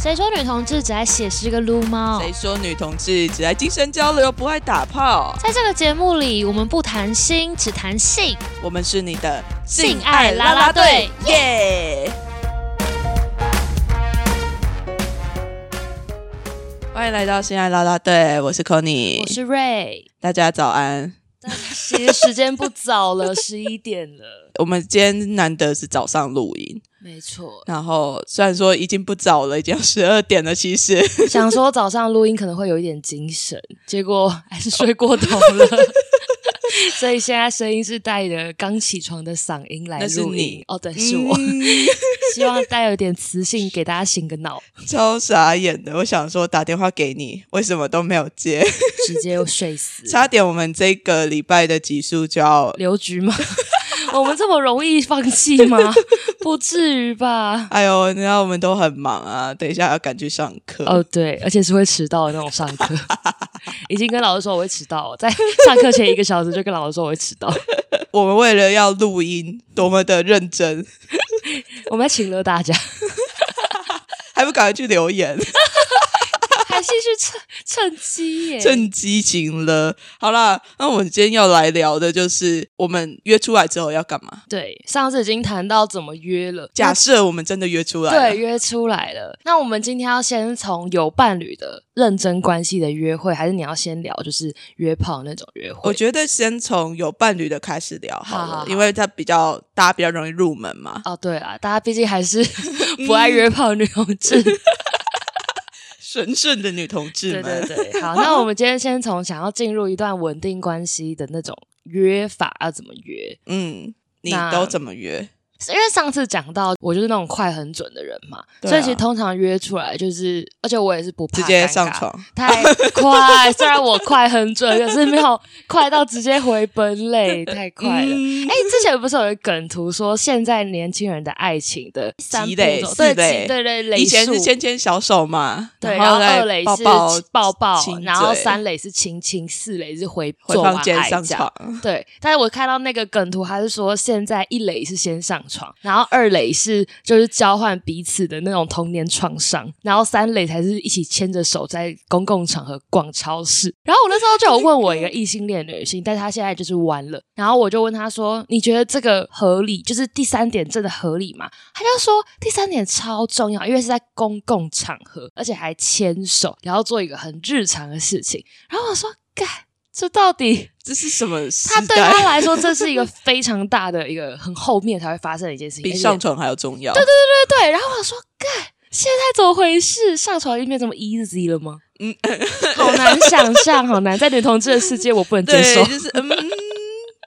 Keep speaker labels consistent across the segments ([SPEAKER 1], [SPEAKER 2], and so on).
[SPEAKER 1] 谁说女同志只爱写诗跟撸猫？
[SPEAKER 2] 谁说女同志只爱精神交流，不爱打炮？
[SPEAKER 1] 在这个节目里，我们不谈心，只谈性。
[SPEAKER 2] 我们是你的
[SPEAKER 1] 性爱啦啦队
[SPEAKER 2] 耶！欢迎来到性爱啦啦队，我是 c o n y
[SPEAKER 1] 我是 Ray。
[SPEAKER 2] 大家早安。
[SPEAKER 1] 其实时间不早了，十一点了。
[SPEAKER 2] 我们今天难得是早上录音，
[SPEAKER 1] 没错，
[SPEAKER 2] 然后虽然说已经不早了，已经十二点了，其实
[SPEAKER 1] 想说早上录音可能会有一点精神，结果 还是睡过头 了。所以现在声音是带着刚起床的嗓音来
[SPEAKER 2] 那是
[SPEAKER 1] 录音
[SPEAKER 2] 你。嗯
[SPEAKER 1] 哦，对，是我。希望带有点磁性给大家醒个 脑，
[SPEAKER 2] 超傻眼的。我想说打电话给你，为什么都没有接？
[SPEAKER 1] 直接睡死。
[SPEAKER 2] 差点我们这个礼拜的集数就要
[SPEAKER 1] 刘局吗？ 我们这么容易放弃 吗？不至于吧？
[SPEAKER 2] 哎呦，你知道我们都很忙啊，等一下要赶去上课。
[SPEAKER 1] 哦，对，而且是会迟到的那种上 课，已经跟老师说我会迟到，在上课前一个小时就跟老师说我会迟到，
[SPEAKER 2] 我们为了要录音，多么的认真，
[SPEAKER 1] 我们要请了大家，
[SPEAKER 2] 还不赶快去留言，
[SPEAKER 1] 还继续趁趁机 耶，
[SPEAKER 2] 趁机行了。好啦，那我们今天要来聊的就是我们约出来之后要干嘛？
[SPEAKER 1] 对，上次已经谈到怎么约了，
[SPEAKER 2] 假设我们真的约出来了，
[SPEAKER 1] 对，约出来了。那我们今天要先从有伴侣的认真关系的约会，还是你要先聊就是约炮那种约会？
[SPEAKER 2] 我觉得先从有伴侣的开始聊好了，
[SPEAKER 1] 好好好
[SPEAKER 2] 因为它比较大家比较容易入门 嘛。
[SPEAKER 1] 哦，对啦，大家毕竟还是不爱约炮女同志。
[SPEAKER 2] 神圣的女同志
[SPEAKER 1] 对
[SPEAKER 2] 们，
[SPEAKER 1] 对对，好，那我们今天先从想要进入一段稳定关系的那种约法要怎么约？
[SPEAKER 2] 嗯，你
[SPEAKER 1] 那
[SPEAKER 2] 都怎么约？
[SPEAKER 1] 因为上次讲到我就是那种快很准的人嘛，
[SPEAKER 2] 对啊
[SPEAKER 1] 所以其实通常约出来就是，而且我也是不怕
[SPEAKER 2] 直接
[SPEAKER 1] 尴尬
[SPEAKER 2] 上床，
[SPEAKER 1] 太快，虽然我快很准，可是没有快到直接回本垒，太快了。
[SPEAKER 2] 嗯
[SPEAKER 1] 哎、之前不是有一个梗图说，现在年轻人的爱情的三步
[SPEAKER 2] 垒
[SPEAKER 1] 骤，
[SPEAKER 2] 四
[SPEAKER 1] 对
[SPEAKER 2] 垒
[SPEAKER 1] 几对对，垒
[SPEAKER 2] 以前
[SPEAKER 1] 数
[SPEAKER 2] 是牵牵小手嘛，
[SPEAKER 1] 对，
[SPEAKER 2] 然
[SPEAKER 1] 然后
[SPEAKER 2] 再
[SPEAKER 1] 二垒
[SPEAKER 2] 抱
[SPEAKER 1] 是
[SPEAKER 2] 抱
[SPEAKER 1] 抱抱
[SPEAKER 2] 亲，
[SPEAKER 1] 然后
[SPEAKER 2] 嘴
[SPEAKER 1] 三垒是亲亲，四垒是回
[SPEAKER 2] 回
[SPEAKER 1] 做完
[SPEAKER 2] 房间
[SPEAKER 1] 爱
[SPEAKER 2] 上
[SPEAKER 1] 这样
[SPEAKER 2] 床，
[SPEAKER 1] 对，但是我看到那个梗图，还是说现在一垒是先上床，然后二垒是就是交换彼此的那种童年创伤，然后三垒才是一起牵着手在公共场合逛超市。然后我那时候就有问我一个异性恋女性，但是她现在就是弯了，然后我就问她说：“你觉得这个合理？就是第三点真的合理吗？”她就说：“第三点超重要，因为是在公共场合，而且还牵手，然后做一个很日常的事情。”然后我说：“干。”这到底
[SPEAKER 2] 这是什么时
[SPEAKER 1] 他对
[SPEAKER 2] 代？
[SPEAKER 1] 他来说，这是一个非常大的一个很后面才会发生的一件事情。
[SPEAKER 2] 比
[SPEAKER 1] 而且
[SPEAKER 2] 上床还要重要。对对，
[SPEAKER 1] 对对，然后我想说，干，现在怎么回事？上床已经变这么 easy 了吗？嗯
[SPEAKER 2] 嗯，
[SPEAKER 1] 好难想象，好难，在女同志的世界，我不能接受。
[SPEAKER 2] 就是嗯，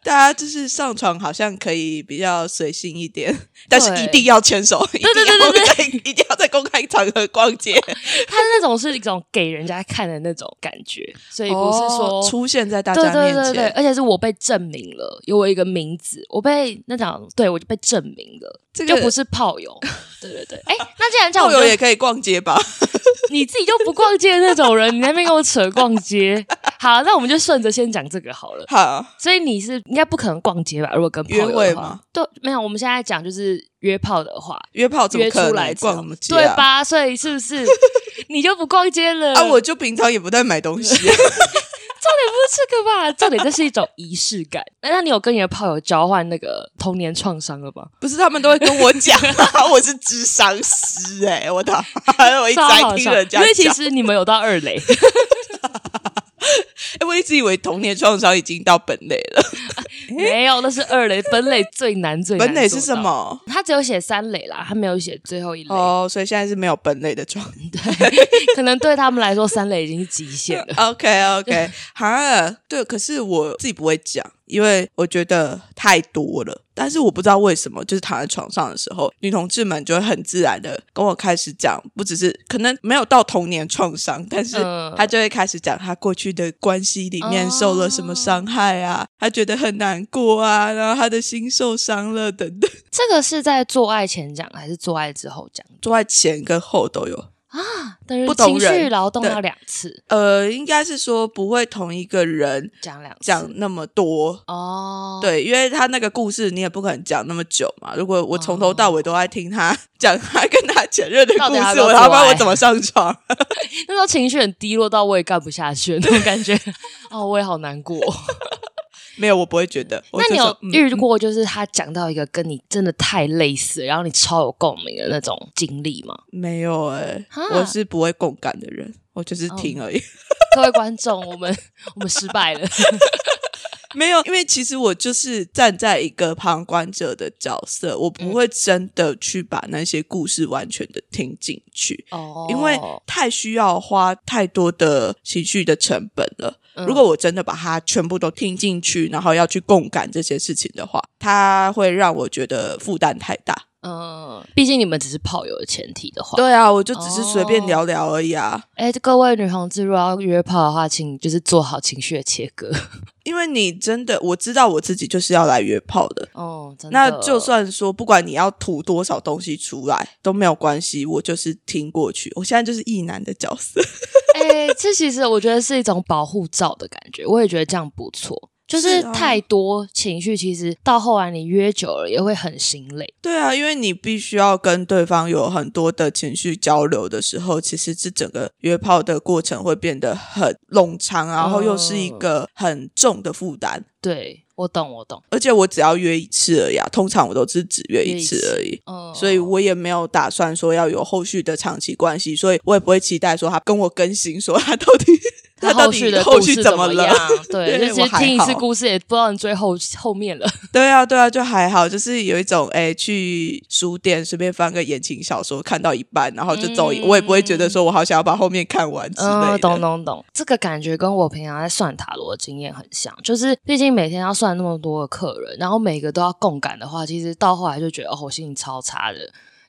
[SPEAKER 2] 大家就是上床好像可以比较随性一点，但是一定要牵手，对
[SPEAKER 1] 对对对
[SPEAKER 2] 对一定要在公开场合逛街，
[SPEAKER 1] 他那种是一种给人家看的那种感觉，所以不是说。
[SPEAKER 2] 哦出现在大家
[SPEAKER 1] 对
[SPEAKER 2] 面
[SPEAKER 1] 对
[SPEAKER 2] 前。
[SPEAKER 1] 对对，而且是我被证明了，有我一个名字，我被那种对我就被证明了，
[SPEAKER 2] 这
[SPEAKER 1] 就不
[SPEAKER 2] 个
[SPEAKER 1] 是炮友。对对对，哎，那既然叫我
[SPEAKER 2] 炮
[SPEAKER 1] 们
[SPEAKER 2] 友也可以逛街吧？
[SPEAKER 1] 你自己就不逛街的那种人，你在那边跟我扯逛街。好，那我们就顺着先讲这个好了。
[SPEAKER 2] 好，
[SPEAKER 1] 所以你是应该不可能逛街吧？如果跟炮友的话
[SPEAKER 2] 约会吗？
[SPEAKER 1] 对，没有。我们现在讲就是约炮的话，
[SPEAKER 2] 约炮怎么
[SPEAKER 1] 约
[SPEAKER 2] 可
[SPEAKER 1] 出
[SPEAKER 2] 能
[SPEAKER 1] 来之后
[SPEAKER 2] 逛什么街
[SPEAKER 1] 对
[SPEAKER 2] 啊？
[SPEAKER 1] 吧？所以是 不是你就不逛街了？
[SPEAKER 2] 啊，我就平常也不太买 东西，
[SPEAKER 1] 重点不是这个吧？重点这是一种仪式感。那那你有跟你的炮友交换那个童年创伤了吗？
[SPEAKER 2] 不是他们都会跟我 讲，我是智商师哎、我的，我一直
[SPEAKER 1] 超
[SPEAKER 2] 在
[SPEAKER 1] 好
[SPEAKER 2] 听
[SPEAKER 1] 笑，
[SPEAKER 2] 人家
[SPEAKER 1] 因为其
[SPEAKER 2] 讲，
[SPEAKER 1] 实你们有到二 垒，
[SPEAKER 2] 哎我一直以为童年创伤已经到本类了，
[SPEAKER 1] 没有，那是二垒，本垒最难最难。
[SPEAKER 2] 本类是什？么？
[SPEAKER 1] 他只有写三垒啦，他没有写最后一垒。
[SPEAKER 2] 哦，所以现在是没有本类的状态。
[SPEAKER 1] 可能对他们来说，三垒已经是极限 了。
[SPEAKER 2] OK OK，哈，啊对，可是我自己不会讲，因为我觉得太多了。但是我不知道为什么，就是躺在床上的时候，女同志们就会很自然的跟我开始讲，不只是可能没有到童年创伤，但是
[SPEAKER 1] 嗯
[SPEAKER 2] 她就会开始讲她过去的关系里面
[SPEAKER 1] 哦
[SPEAKER 2] 受了什么伤害啊，她觉得很难过啊，然后她的心受伤了等等。
[SPEAKER 1] 这个是在做爱前讲，还是做爱之后讲？
[SPEAKER 2] 做在前跟后都有，
[SPEAKER 1] 啊，等于
[SPEAKER 2] 不
[SPEAKER 1] 情
[SPEAKER 2] 同人
[SPEAKER 1] 绪劳动
[SPEAKER 2] 对
[SPEAKER 1] 要两次，
[SPEAKER 2] 呃，应该是说不会同一个人
[SPEAKER 1] 讲两次
[SPEAKER 2] 讲那么多。
[SPEAKER 1] 哦，，
[SPEAKER 2] 对，因为他那个故事你也不可能讲那么久嘛。如果我从头到尾都在听他 讲他跟他前任的
[SPEAKER 1] 哦到
[SPEAKER 2] 故
[SPEAKER 1] 底要
[SPEAKER 2] 事，
[SPEAKER 1] 不要
[SPEAKER 2] 我他
[SPEAKER 1] 做
[SPEAKER 2] 妈
[SPEAKER 1] 爱
[SPEAKER 2] 我怎么上床？
[SPEAKER 1] 那时候情绪很低落到我也干不下去的那种感觉， 哦，我也好难过。
[SPEAKER 2] 没有，我不会觉得。 我
[SPEAKER 1] 那你
[SPEAKER 2] 就
[SPEAKER 1] 有
[SPEAKER 2] 说嗯
[SPEAKER 1] 遇过就是他讲到一个跟你真的太类似，然后你超有共鸣的那种经历吗？
[SPEAKER 2] 没有哎、
[SPEAKER 1] 哈
[SPEAKER 2] 我是不会共感的人，我就是
[SPEAKER 1] 哦
[SPEAKER 2] 听而已。
[SPEAKER 1] 各位观众，我们我们失败了。
[SPEAKER 2] 没有，因为其实我就是站在一个旁观者的角色，我
[SPEAKER 1] 嗯
[SPEAKER 2] 不会真的去把那些故事完全的听进去，
[SPEAKER 1] 哦，
[SPEAKER 2] 因为太需要花太多的情绪的成本了。
[SPEAKER 1] 嗯
[SPEAKER 2] 如果我真的把它全部都听进去，然后要去共感这些事情的话，它会让我觉得负担太大。
[SPEAKER 1] 嗯，毕竟你们只是炮友的前提的话，
[SPEAKER 2] 对啊，我就只是随
[SPEAKER 1] 哦
[SPEAKER 2] 便聊聊而已啊。
[SPEAKER 1] 哎，各位女同志，如果要约炮的话，请就是做好情绪的切割。
[SPEAKER 2] 因为你真的，我知道我自己就是要来约炮的，
[SPEAKER 1] 哦， 真的
[SPEAKER 2] 那就算说，不管你要吐多少东西出来都没有关系，我就是听过去。我现在就是意男的角色，
[SPEAKER 1] 哎、这其实我觉得是一种保护罩的感觉，我也觉得这样不错。就是
[SPEAKER 2] 是啊
[SPEAKER 1] 太多情绪，其实到后来你约久了也会很心累。
[SPEAKER 2] 对啊，因为你必须要跟对方有很多的情绪交流的时候，其实这整个约炮的过程会变得很冗长，啊然后又是一
[SPEAKER 1] 哦
[SPEAKER 2] 个很重的负担。
[SPEAKER 1] 对我懂，我懂。
[SPEAKER 2] 而且我只要约一次而已、啊，通常我都是只约一次而已。
[SPEAKER 1] 嗯，
[SPEAKER 2] 所以我也没有打算说要有后续的长期关系，所以我也不会期待说他跟我更新，说他到底 他
[SPEAKER 1] 那
[SPEAKER 2] 到
[SPEAKER 1] 后
[SPEAKER 2] 底
[SPEAKER 1] 续的
[SPEAKER 2] 后
[SPEAKER 1] 故
[SPEAKER 2] 续
[SPEAKER 1] 事
[SPEAKER 2] 么
[SPEAKER 1] 么
[SPEAKER 2] 了
[SPEAKER 1] 样？？
[SPEAKER 2] 对
[SPEAKER 1] 对，
[SPEAKER 2] 我
[SPEAKER 1] 就其实
[SPEAKER 2] 还
[SPEAKER 1] 听一次
[SPEAKER 2] 好
[SPEAKER 1] 故事也不知道你追后后面了。
[SPEAKER 2] 对啊，对啊，就还好，就是有一种哎，去书店随便翻个言情小说，看到一半然后就走，
[SPEAKER 1] 嗯
[SPEAKER 2] 我也不会觉得说我好想要把后面看完之类的。
[SPEAKER 1] 嗯，懂懂懂，这个感觉跟我平常在算塔罗的经验很像，就是毕竟每天要算那么多的客人，然后每个都要共感的话，其实到后来就觉得哦，我心情超差的。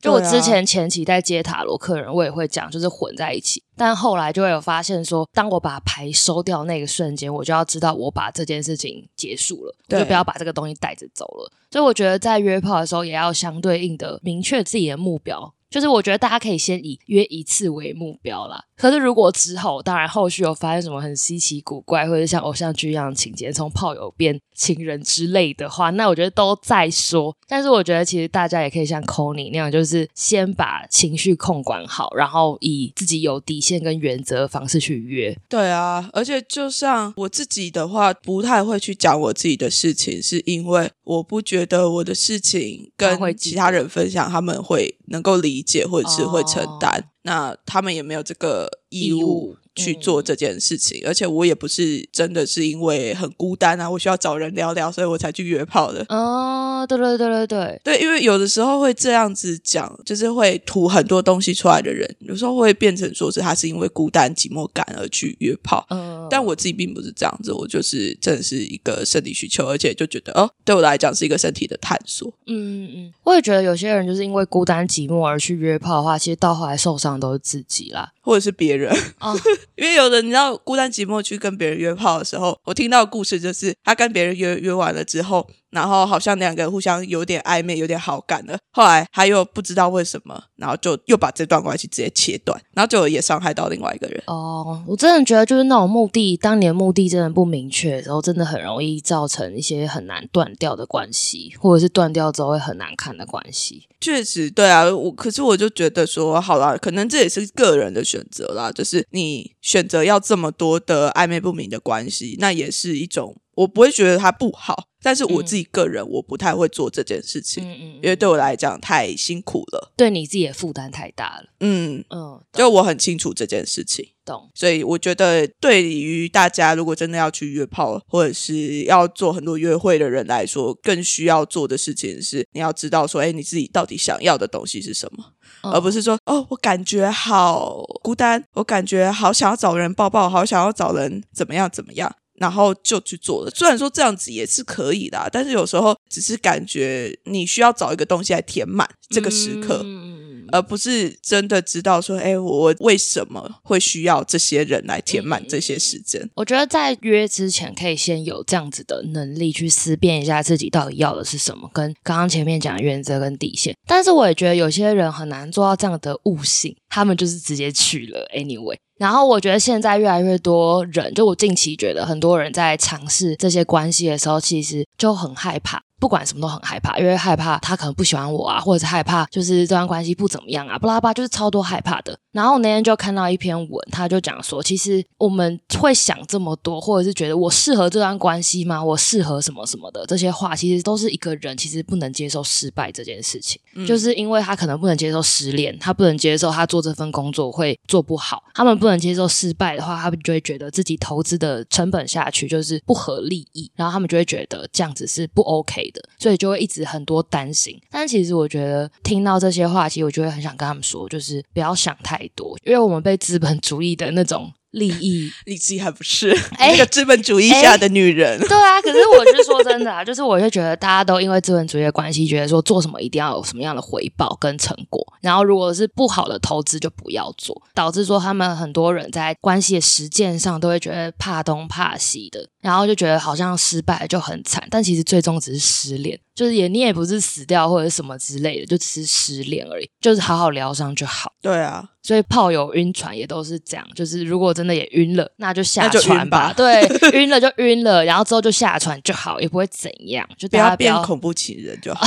[SPEAKER 1] 就我
[SPEAKER 2] 对啊
[SPEAKER 1] 之前前期在接塔罗客人，我也会讲，就是混在一起。但后来就会有发现说，当我把牌收掉那个瞬间，我就要知道我把这件事情结束了，我
[SPEAKER 2] 对
[SPEAKER 1] 就不要把这个东西带着走了。所以我觉得在约炮的时候，也要相对应的明确自己的目标。就是我觉得大家可以先以约一次为目标啦。可是如果之后，当然后续有发生什么很稀奇古怪，或者像偶像剧一样的情节，从炮友变情人之类的话，那我觉得都再说。但是我觉得其实大家也可以像 c o n y 那样，就是先把情绪控管好，然后以自己有底线跟原则的方式去约。
[SPEAKER 2] 对啊，而且就像我自己的话，不太会去讲我自己的事情，是因为我不觉得我的事情跟
[SPEAKER 1] 他会记得
[SPEAKER 2] 其他人分享，他们会能够理解或者是会承担。那他们也没有这个义
[SPEAKER 1] 义
[SPEAKER 2] 务
[SPEAKER 1] 务
[SPEAKER 2] 去做这件事情，而且我也不是真的是因为很孤单啊，我需要找人聊聊，所以我才去约炮的。
[SPEAKER 1] 哦，对对对对对，
[SPEAKER 2] 对，因为有的时候会这样子讲，就是会吐很多东西出来的人，有时候会变成说是他是因为孤单寂寞感而去约炮。
[SPEAKER 1] 嗯，
[SPEAKER 2] 但我自己并不是这样子，我就是真的是一个生理需求，而且就觉得哦，对我来讲是一个身体的探索。
[SPEAKER 1] 嗯嗯，嗯，我也觉得有些人就是因为孤单寂寞而去约炮的话，其实到后来受伤都是自己啦。
[SPEAKER 2] 或者是别人，
[SPEAKER 1] 哦
[SPEAKER 2] 因为有的你知道孤单寂寞去跟别人约炮的时候，我听到的故事就是他跟别人约约完了之后，然后好像两个人互相有点暧昧，有点好感了，后来他又不知道为什么，然后就又把这段关系直接切断，然后就也伤害到另外一个人。
[SPEAKER 1] 哦，我真的觉得就是那种目的，当你的目的真的不明确的时候，真的很容易造成一些很难断掉的关系，或者是断掉之后会很难看的关系。
[SPEAKER 2] 确实，对啊，我可是我就觉得说，好啦，可能这也是个人的选择啦，就是你选择要这么多的暧昧不明的关系，那也是一种，我不会觉得它不好，但是我自己个人我不太会做这件事情，
[SPEAKER 1] 嗯嗯，
[SPEAKER 2] 因为对我来讲太辛苦了，
[SPEAKER 1] 对你自己的负担太大了。
[SPEAKER 2] 嗯，
[SPEAKER 1] 嗯，懂
[SPEAKER 2] 就我很清楚这件事情。
[SPEAKER 1] 懂。
[SPEAKER 2] 所以我觉得，对于大家如果真的要去约炮，或者是要做很多约会的人来说，更需要做的事情是，你要知道说，哎，你自己到底想要的东西是什么。
[SPEAKER 1] 嗯
[SPEAKER 2] 而不是说哦，我感觉好孤单，我感觉好想要找人抱抱，好想要找人怎么样怎么样，然后就去做了。虽然说这样子也是可以的，但是有时候只是感觉你需要找一个东西来填满这个时刻。
[SPEAKER 1] 嗯嗯嗯嗯
[SPEAKER 2] 而不是真的知道说，哎，我我为什么会需要这些人来填满这些时间？
[SPEAKER 1] 我觉得在约之前，可以先有这样子的能力去思辨一下自己到底要的是什么，跟刚刚前面讲的原则跟底线。但是我也觉得有些人很难做到这样的悟性，他们就是直接去了。Anyway，然后我觉得现在越来越多人，就我近期觉得很多人在尝试这些关系的时候，其实就很害怕。不管什么都很害怕，因为害怕他可能不喜欢我啊，或者是害怕就是这段关系不怎么样啊，巴拉巴拉，就是超多害怕的。然后我那天就看到一篇文，他就讲说，其实我们会想这么多，或者是觉得我适合这段关系吗？我适合什么什么的这些话，其实都是一个人其实不能接受失败这件事情，就是因为他可能不能接受失恋，他不能接受他做这份工作会做不好，他们不能接受失败的话，他们就会觉得自己投资的成本下去就是不合利益，然后他们就会觉得这样子是不 OK 的。的，所以就会一直很多担心。但其实我觉得听到这些话，其实我就会很想跟他们说，就是不要想太多，因为我们被资本主义的那种利益
[SPEAKER 2] 你自己还不是
[SPEAKER 1] 哎
[SPEAKER 2] 一个资本主义下的女 人，
[SPEAKER 1] 对啊，可是我是说真的啊，就是我就觉得大家都因为资本主义的关系，觉得说做什么一定要有什么样的回报跟成果，然后如果是不好的投资就不要做，导致说他们很多人在关系的实践上都会觉得怕东怕西的，然后就觉得好像失败了就很惨，但其实最终只是失恋，就是也你也不是死掉或者什么之类的，就只是失恋而已，就是好好疗伤就好。
[SPEAKER 2] 对啊，
[SPEAKER 1] 所以炮友晕船也都是这样，就是如果真的也晕了，那就下
[SPEAKER 2] 那就
[SPEAKER 1] 船
[SPEAKER 2] 晕吧
[SPEAKER 1] 对，晕了就晕了，然后之后就下船就好，也不会怎样。就
[SPEAKER 2] 不
[SPEAKER 1] 大
[SPEAKER 2] 要
[SPEAKER 1] 家不
[SPEAKER 2] 变
[SPEAKER 1] 要
[SPEAKER 2] 恐怖情人就好。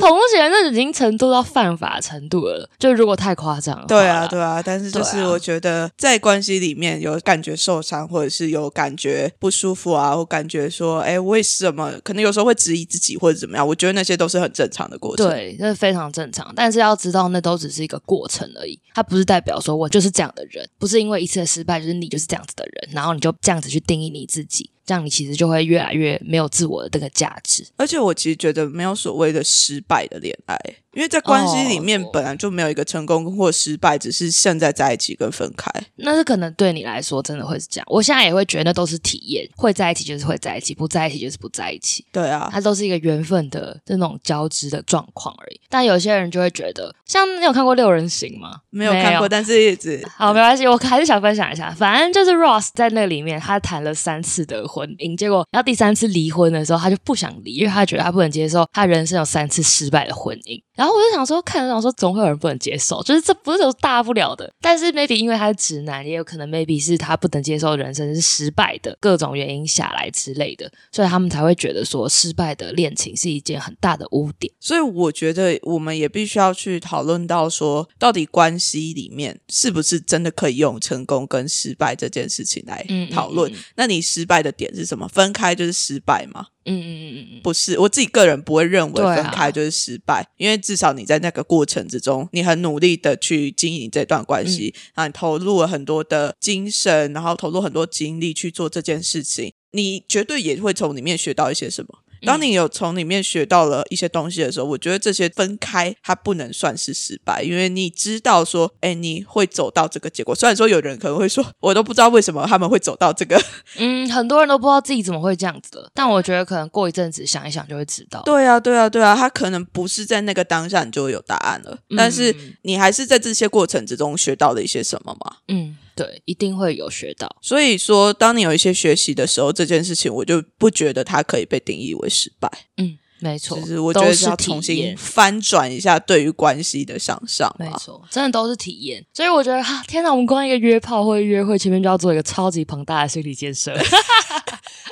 [SPEAKER 1] 恐怖情人，那已经程度到犯法程度了。就如果太夸张的话啦，
[SPEAKER 2] 对啊，对啊，但是就
[SPEAKER 1] 对
[SPEAKER 2] 是
[SPEAKER 1] 啊
[SPEAKER 2] 我觉得在关系里面有感觉受伤，或者是有感觉不舒服啊，我感觉说，哎，为什么？可能有时候会质疑自己或者怎么样，我觉得那些都是很正常的过程。
[SPEAKER 1] 对，这非常正常。但是要知道，那都只是一个过程而已，它不是代表说我就是这样的人，不是因为一次的失败就是你就是这样子的人，然后你就这样子去定义你自己，这样你其实就会越来越没有自我的这个价值。
[SPEAKER 2] 而且我其实觉得没有所谓的失败的恋爱，因为在关系里面
[SPEAKER 1] 哦
[SPEAKER 2] 本来就没有一个成功或失败，只是现在在一起跟分开。
[SPEAKER 1] 那是可能对你来说真的会是这样。我现在也会觉得那都是体验，会在一起就是会在一起，不在一起就是不在一起，
[SPEAKER 2] 对啊，
[SPEAKER 1] 它都是一个缘分的那种交织的状况而已。但有些人就会觉得，像你有看过《六人行》吗？
[SPEAKER 2] 没有看过，但是一直
[SPEAKER 1] 好，没关系，我还是想分享一下。反正就是 Ross 在那里面，他谈了三次的婚姻，结果要第三次离婚的时候，他就不想离，因为他觉得他不能接受他人生有三次失败的婚姻。然后我就想说，看着想说，总会有人不能接受，就是这不是有大不了的。但是 maybe 因为他是直男，也有可能 maybe 是他不能接受人生是失败的各种原因下来之类的，所以他们才会觉得说，失败的恋情是一件很大的污点。
[SPEAKER 2] 所以我觉得我们也必须要去讨论到说，到底关系里面是不是真的可以用成功跟失败这件事情来
[SPEAKER 1] 嗯，嗯
[SPEAKER 2] 讨论？
[SPEAKER 1] 嗯
[SPEAKER 2] 那你失败的点是什么？分开就是失败吗？
[SPEAKER 1] 嗯嗯嗯嗯嗯，
[SPEAKER 2] 不是，我自己个人不会认为
[SPEAKER 1] 对啊
[SPEAKER 2] 分开就是失败，因为至少你在那个过程之中，你很努力的去经营这段关系，
[SPEAKER 1] 嗯
[SPEAKER 2] 啊，你投入了很多的精神，然后投入很多精力去做这件事情，你绝对也会从里面学到一些什么。
[SPEAKER 1] 嗯
[SPEAKER 2] 当你有从里面学到了一些东西的时候，我觉得这些分开它不能算是失败，因为你知道说，哎，你会走到这个结果。虽然说有人可能会说，我都不知道为什么他们会走到这个
[SPEAKER 1] 嗯，很多人都不知道自己怎么会这样子的，但我觉得可能过一阵子想一想就会知道。
[SPEAKER 2] 对啊，对啊，对啊，他可能不是在那个当下你就会有答案了，但是你还是在这些过程之中学到了一些什么嘛。
[SPEAKER 1] 嗯，对，一定会有学到。
[SPEAKER 2] 所以说，当你有一些学习的时候，这件事情我就不觉得它可以被定义为失败，
[SPEAKER 1] 嗯，没错，
[SPEAKER 2] 就是我觉
[SPEAKER 1] 都
[SPEAKER 2] 得
[SPEAKER 1] 是
[SPEAKER 2] 要
[SPEAKER 1] 体
[SPEAKER 2] 重新
[SPEAKER 1] 验
[SPEAKER 2] 翻转一下对于关系的啊想象
[SPEAKER 1] 没
[SPEAKER 2] 嘛。
[SPEAKER 1] 错，真的都是体验。所以我觉得，哈、天哪，我们光一个约炮或者约会，前面就要做一个超级庞大的心理建设。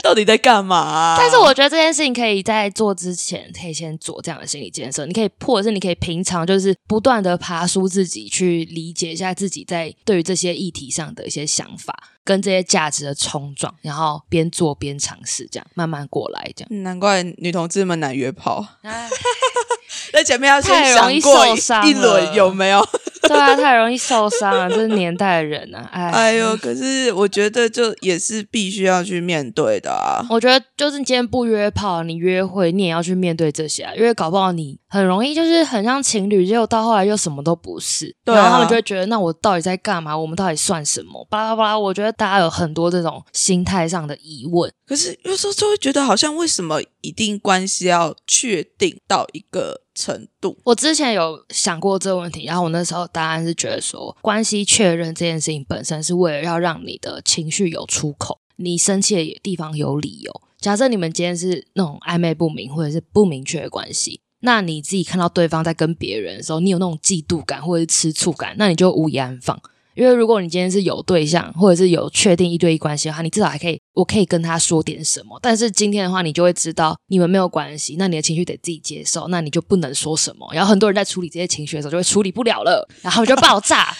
[SPEAKER 2] 到底在干嘛啊、
[SPEAKER 1] 但是我觉得这件事情可以在做之前，可以先做这样的心理建设。你可以，或者是你可以平常就是不断的爬梳自己，去理解一下自己在对于这些议题上的一些想法，跟这些价值的冲撞，然后边做边尝试，这样慢慢过来，这样。
[SPEAKER 2] 难怪女同志们难约炮，
[SPEAKER 1] 哎，
[SPEAKER 2] 在前面要
[SPEAKER 1] 太
[SPEAKER 2] 先
[SPEAKER 1] 容易
[SPEAKER 2] 想过
[SPEAKER 1] 受伤
[SPEAKER 2] 一一轮
[SPEAKER 1] 了
[SPEAKER 2] 有没有？
[SPEAKER 1] 对啊，太容易受伤了，这是年代的人啊， 哎。
[SPEAKER 2] 哎呦，可是我觉得就也是必须要去面对的啊。
[SPEAKER 1] 我觉得就是你今天不约炮，你约会你也要去面对这些、啊，因为搞不好你很容易就是很像情侣，结果到后来又什么都不是，
[SPEAKER 2] 对啊
[SPEAKER 1] 然后他们就会觉得那我到底在干嘛？我们到底算什么？巴拉巴拉。我觉得大家有很多这种心态上的疑问，
[SPEAKER 2] 可是有时候就会觉得，好像为什么一定关系要确定到一个程度。
[SPEAKER 1] 我之前有想过这个问题，然后我那时候答案是觉得说，关系确认这件事情本身是为了要让你的情绪有出口，你生气的地方有理由。假设你们今天是那种暧昧不明或者是不明确的关系，那你自己看到对方在跟别人的时候，你有那种嫉妒感或者是吃醋感，那你就无以安放。因为如果你今天是有对象，或者是有确定一对一关系的话，你至少还可以，我可以跟他说点什么。但是今天的话，你就会知道你们没有关系，那你的情绪得自己接受，那你就不能说什么。然后很多人在处理这些情绪的时候，就会处理不了了，然后就爆炸。啊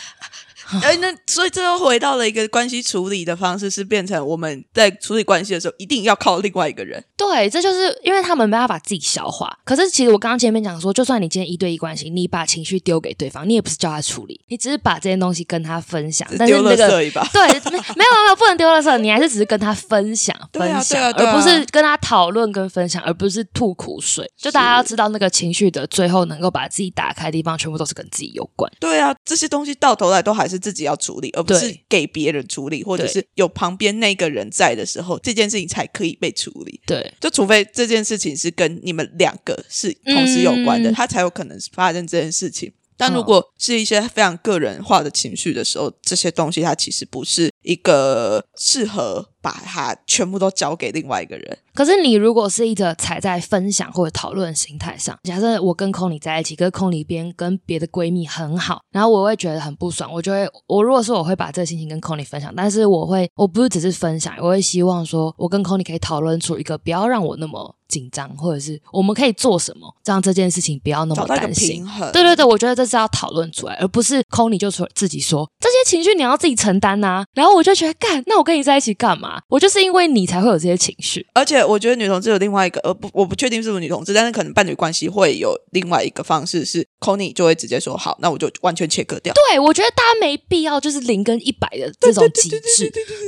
[SPEAKER 2] 哎、那所以这又回到了一个关系处理的方式，是变成我们在处理关系的时候，一定要靠另外一个人。
[SPEAKER 1] 对，这就是因为他们没办法自己消化。可是其实我刚刚前面讲说，就算你今天一对一关系，你把情绪丢给对方，你也不是叫他处理，你只是把这件东西跟他分享，但是
[SPEAKER 2] 丢
[SPEAKER 1] 那
[SPEAKER 2] 了
[SPEAKER 1] 个
[SPEAKER 2] 色一把，
[SPEAKER 1] 对，没没有没有不能丢垃圾，你还是只是跟他分享
[SPEAKER 2] 对啊
[SPEAKER 1] 分
[SPEAKER 2] 对
[SPEAKER 1] 享，
[SPEAKER 2] 啊对啊
[SPEAKER 1] 而不是跟他讨论跟分享，而不是吐苦水。就大家要知道那个情绪的最后能够把自己打开的地方，全部都是跟自己有关。
[SPEAKER 2] 对啊，这些东西到头来都还是自己要处理，而不是
[SPEAKER 1] 对
[SPEAKER 2] 给别人处理，或者
[SPEAKER 1] 对
[SPEAKER 2] 是有旁边那个人在的时候，这件事情才可以被处理。
[SPEAKER 1] 对
[SPEAKER 2] 就除非这件事情是跟你们两个是同时有关的，
[SPEAKER 1] 嗯
[SPEAKER 2] 它才有可能发生这件事情。但如果是一些非常个人化的情绪的时候，这些东西它其实不是一个适合把它全部都交给另外一个人。
[SPEAKER 1] 可是你如果是一个踩在分享或者讨论的心态上，假设我跟空里在一起，跟空里边跟别的闺蜜很好，然后我会觉得很不爽，我就会我如果说我会把这个心情跟空里分享，但是我会我不是只是分享，我会希望说我跟空里可以讨论出一个不要让我那么紧张，或者是我们可以做什么，让这件事情不要那
[SPEAKER 2] 找
[SPEAKER 1] 么
[SPEAKER 2] 到一个
[SPEAKER 1] 担心
[SPEAKER 2] 平。衡，
[SPEAKER 1] 对对对，我觉得这是要讨论出来，而不是空你就说自己说这些情绪你要自己承担呐、然后我就觉得干，那我跟你在一起干嘛？我就是因为你才会有这些情绪。
[SPEAKER 2] 而且我觉得女同志有另外一个，呃不，我不确定是不是女同志，但是可能伴侣关系会有另外一个方式是 c o n y 就会直接说好，那我就完全切割掉。
[SPEAKER 1] 对，我觉得大家没必要就是零跟一百的这种极致，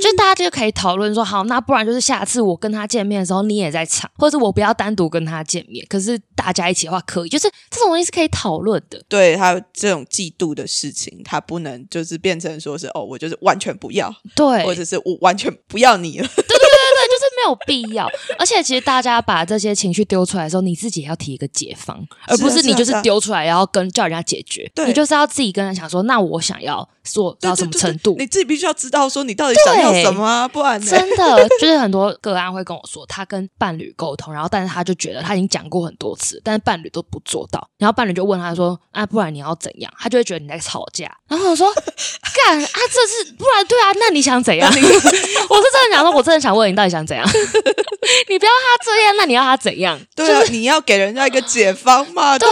[SPEAKER 1] 就大家就可以讨论说，好，那不然就是下次我跟他见面的时候，你也在场，或者是我不要单独跟他见面，可是大家一起的话可以，就是这种东西是可以讨论的。
[SPEAKER 2] 对他这种嫉妒的事情，他不能就是变成说是哦，我就是完全不要，
[SPEAKER 1] 对，
[SPEAKER 2] 或者是我完全不要你了。
[SPEAKER 1] 对，就是没有必要。而且其实大家把这些情绪丢出来的时候，你自己也要提一个解方，而不是你就是
[SPEAKER 2] 是啊
[SPEAKER 1] 丢出来然后跟叫人家解决，
[SPEAKER 2] 对
[SPEAKER 1] 你就是要自己跟人想说，那我想要做
[SPEAKER 2] 对
[SPEAKER 1] 到什么程度
[SPEAKER 2] 对对对，你自己必须要知道说你到底想要什么啊，不然呢？
[SPEAKER 1] 真的，就是很多个案会跟我说，他跟伴侣沟通，然后但是他就觉得他已经讲过很多次，但是伴侣都不做到，然后伴侣就问他说：“啊，不然你要怎样？”他就会觉得你在吵架。然后我说：“干啊，这是不然对啊，那你想怎样？” 我是真的想说，我真的想问你到底想怎样？ 你不要他这样，那你要他怎样？
[SPEAKER 2] 对啊，你要给人家一个解方嘛。
[SPEAKER 1] 对，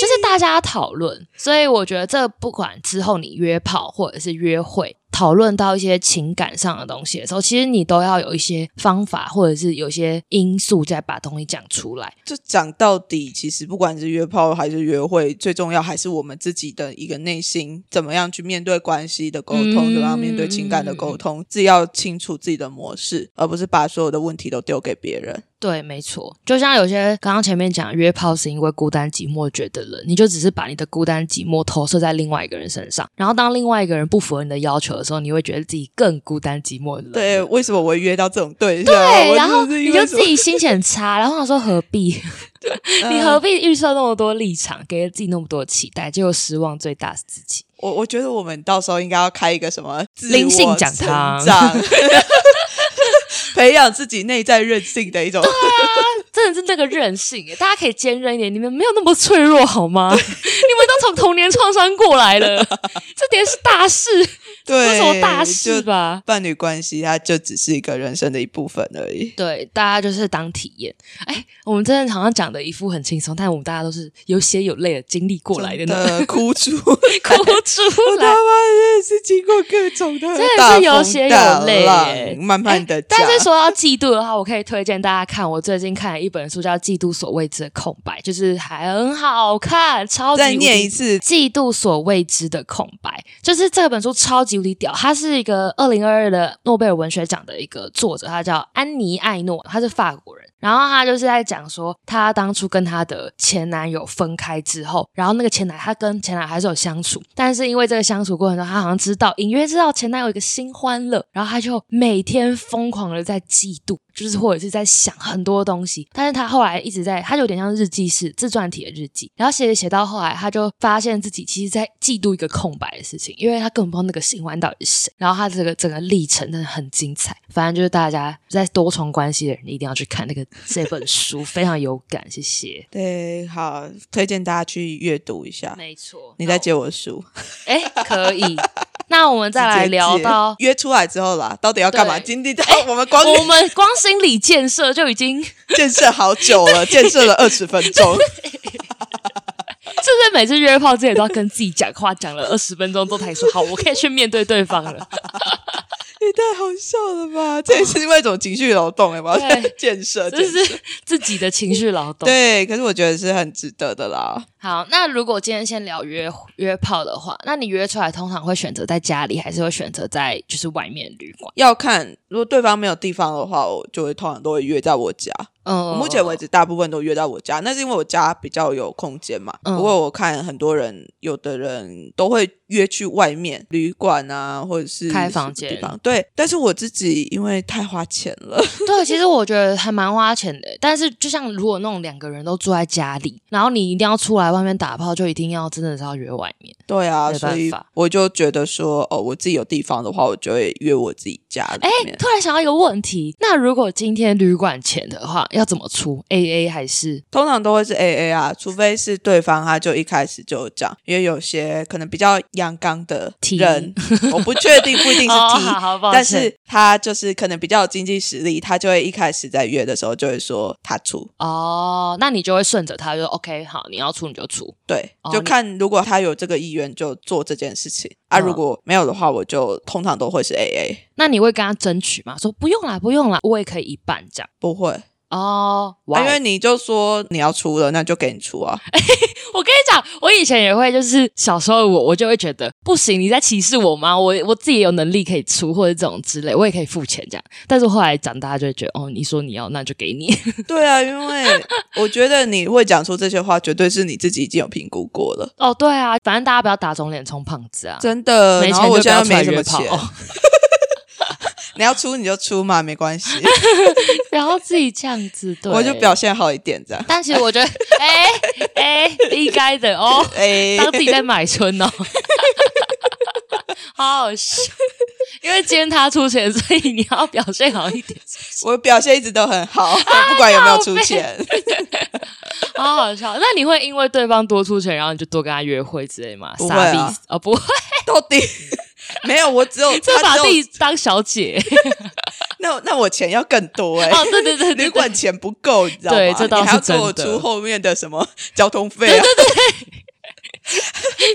[SPEAKER 1] 就是大家讨论，所以我觉得这不管之后你约炮或者是约会，讨论到一些情感上的东西的时候，其实你都要有一些方法或者是有一些因素再把东西讲出来。
[SPEAKER 2] 就讲到底，其实不管是约炮还是约会，最重要还是我们自己的一个内心怎么样去面对关系的沟通，
[SPEAKER 1] 嗯
[SPEAKER 2] 怎么样面对情感的沟通，自己要清楚自己的模式，而不是把所有的问题都丢给别人。
[SPEAKER 1] 对，没错，就像有些刚刚前面讲，约炮是因为孤单寂寞觉得冷，你就只是把你的孤单寂寞投射在另外一个人身上，然后当另外一个人不符合你的要求的时候，你会觉得自己更孤单寂寞冷。
[SPEAKER 2] 对，为什么我会约到这种对象？
[SPEAKER 1] 对，然后
[SPEAKER 2] 我真的是
[SPEAKER 1] 你
[SPEAKER 2] 因为什
[SPEAKER 1] 就自
[SPEAKER 2] 么
[SPEAKER 1] 己心情很差，然后我想说何必？你
[SPEAKER 2] 嗯
[SPEAKER 1] 何必预设那么多立场，给了自己那么多期待，结果失望最大是自己。
[SPEAKER 2] 我我觉得我们到时候应该要开一个什么自
[SPEAKER 1] 灵性
[SPEAKER 2] 我
[SPEAKER 1] 讲
[SPEAKER 2] 成
[SPEAKER 1] 堂
[SPEAKER 2] 长 培养自己内在韧性的一种。
[SPEAKER 1] 真的是那个任性欸耶，大家可以坚韧一点，你们没有那么脆弱好吗？ 你们都从童年创伤过来了， 这点是大事，
[SPEAKER 2] 对，
[SPEAKER 1] 这啊是什么大
[SPEAKER 2] 就
[SPEAKER 1] 事吧？
[SPEAKER 2] 伴侣关系，它就只是一个人生的一部分而已。
[SPEAKER 1] 对，大家就是当体验。哎，我们真的好像讲的一副很轻松，但我们大家都是有血有泪的经历过来的呢，
[SPEAKER 2] 真的哭出， 我
[SPEAKER 1] 哭出
[SPEAKER 2] 他
[SPEAKER 1] 来。
[SPEAKER 2] 妈的是经过各种的
[SPEAKER 1] 真的
[SPEAKER 2] 大
[SPEAKER 1] 是有
[SPEAKER 2] 风
[SPEAKER 1] 血
[SPEAKER 2] 大
[SPEAKER 1] 有泪
[SPEAKER 2] 浪
[SPEAKER 1] 耶
[SPEAKER 2] 慢慢的讲
[SPEAKER 1] 但。是说到嫉妒的话，我可以推荐大家看我最近看了一本书，叫《嫉妒所未知的空白》，就是还很好看，超级
[SPEAKER 2] 再
[SPEAKER 1] 无敌
[SPEAKER 2] 念一次，
[SPEAKER 1] 嫉妒所未知的空白，就是这本书超级无敌屌，它是一个二零二二的诺贝尔文学奖的一个作者，他叫安妮·艾诺，他是法国人。然后她就是在讲说，她当初跟她的前男友分开之后，然后那个前男她跟前男友还是有相处，但是因为这个相处过程中，她好像知道隐约知道前男友有一个新欢了，然后她就每天疯狂的在嫉妒，就是或者是在想很多东西。但是她后来一直在，她就有点像日记式自传体的日记，然后写着写到后来，她就发现自己其实在嫉妒一个空白的事情，因为她根本不知道那个新欢到底是谁。然后她这个整个历程真的很精彩，反正就是大家在多重关系的人一定要去看那个这本书，非常有感，谢谢。
[SPEAKER 2] 对，好，推荐大家去阅读一下。
[SPEAKER 1] 没错，
[SPEAKER 2] 你再借我书，
[SPEAKER 1] 哎，可以。那我们 再来
[SPEAKER 2] 直接
[SPEAKER 1] 聊
[SPEAKER 2] 借
[SPEAKER 1] 到
[SPEAKER 2] 约出来之后啦，到底要干嘛？
[SPEAKER 1] 对哎
[SPEAKER 2] 经历到我 们光
[SPEAKER 1] 我们光心理建设就已经是
[SPEAKER 2] 建设好久 了，建设了二十分钟，
[SPEAKER 1] 不是每次约炮之前都要跟自己讲话，讲了二十分钟之后才说好，我可以去面对对方了。
[SPEAKER 2] 也太好笑了吧！这也是另外一种情绪劳动哎、我要
[SPEAKER 1] 对
[SPEAKER 2] 建设，
[SPEAKER 1] 这
[SPEAKER 2] 建设
[SPEAKER 1] 是自己的情绪劳动。
[SPEAKER 2] 对，可是我觉得是很值得的啦。
[SPEAKER 1] 好，那如果今天先聊约约炮的话，那你约出来通常会选择在家里，还是会选择在就是外面旅馆？
[SPEAKER 2] 要看如果对方没有地方的话，我就会通常都会约在我家。
[SPEAKER 1] 嗯，
[SPEAKER 2] 我目前为止大部分都约在我家，那是因为我家比较有空间嘛。
[SPEAKER 1] 嗯
[SPEAKER 2] 不过我看很多人，有的人都会约去外面旅馆啊，或者是
[SPEAKER 1] 开房
[SPEAKER 2] 什么
[SPEAKER 1] 间
[SPEAKER 2] 地方。对，但是我自己因为太花钱了，
[SPEAKER 1] 哦对，其实我觉得还蛮花钱的。但是就像如果那种两个人都住在家里，然后你一定要出来外面打炮，就一定要真的是要约外面。
[SPEAKER 2] 对啊，
[SPEAKER 1] 没办
[SPEAKER 2] 所以
[SPEAKER 1] 法
[SPEAKER 2] 我就觉得说，哦，我自己有地方的话，我就会约我自己家里
[SPEAKER 1] 哎
[SPEAKER 2] 面。，
[SPEAKER 1] 突然想到一个问题，那如果今天旅馆钱的话，要怎么出？A A 还是
[SPEAKER 2] 通常都会是 A A 啊，除非是对方他就一开始就讲，因为有些可能比较阳刚的
[SPEAKER 1] T
[SPEAKER 2] 人，我不确定，不一定是 T，、
[SPEAKER 1] 哦，好好，抱歉
[SPEAKER 2] 但是他就是可能比较有经济实力，他就会一开始在约的时候就会说他出，
[SPEAKER 1] 哦，那你就会顺着他，就说 OK，好，你要出你就出。
[SPEAKER 2] 对，
[SPEAKER 1] 哦
[SPEAKER 2] 就
[SPEAKER 1] 你
[SPEAKER 2] 看如果他有这个意愿就做这件事情啊，
[SPEAKER 1] 嗯
[SPEAKER 2] 如果没有的话，我就通常都会是 A A，
[SPEAKER 1] 那你会跟他争取吗？说不用啦，不用啦，我也可以一半这样。
[SPEAKER 2] 不会，
[SPEAKER 1] 哦，哇
[SPEAKER 2] 啊
[SPEAKER 1] 哦！
[SPEAKER 2] 因为你就说你要出了，那就给你出 啊，
[SPEAKER 1] 我跟你讲，我以前也会，就是小时候的我我就会觉得不行，你在歧视我吗？我我自己也有能力可以出或者这种之类，我也可以付钱这样。但是后来长大就会觉得，哦，你说你要，那就给你。
[SPEAKER 2] 对啊，因为我觉得你会讲出这些话，绝对是你自己已经有评估过了，
[SPEAKER 1] 哦，对啊，反正大家不要打肿脸充胖子啊。
[SPEAKER 2] 真的。
[SPEAKER 1] 没
[SPEAKER 2] 然
[SPEAKER 1] 钱
[SPEAKER 2] 后我
[SPEAKER 1] 就不
[SPEAKER 2] 现
[SPEAKER 1] 要
[SPEAKER 2] 在
[SPEAKER 1] 出
[SPEAKER 2] 没
[SPEAKER 1] 来
[SPEAKER 2] 什么
[SPEAKER 1] 约炮
[SPEAKER 2] 钱， 你要出你就出嘛，没关 系，
[SPEAKER 1] 然后自己这样子，对，
[SPEAKER 2] 我就表。现好一点这样。
[SPEAKER 1] 但其实我 觉得，哎哎、应该的哦，
[SPEAKER 2] 哎，
[SPEAKER 1] 当自己在买春 哦，好好笑。因为今天他出钱，所以你要表现好一点。
[SPEAKER 2] 我表现一直都很 好，不管有没有
[SPEAKER 1] 啊
[SPEAKER 2] 出钱。
[SPEAKER 1] 好好笑。那你会因为对方多出钱，然后你就多跟他约会之类吗？
[SPEAKER 2] 不会啊
[SPEAKER 1] 傻逼哦，不会，
[SPEAKER 2] 到 底没有，我只有
[SPEAKER 1] 这
[SPEAKER 2] 他
[SPEAKER 1] 把自
[SPEAKER 2] 只有
[SPEAKER 1] 己当小姐
[SPEAKER 2] 那那我钱要更多哎、
[SPEAKER 1] 哦，对对对
[SPEAKER 2] 旅
[SPEAKER 1] 对对。
[SPEAKER 2] 馆钱不够，你知道吗？
[SPEAKER 1] 对这倒是
[SPEAKER 2] 你还要给我
[SPEAKER 1] 真的
[SPEAKER 2] 出后面的什么交通费啊，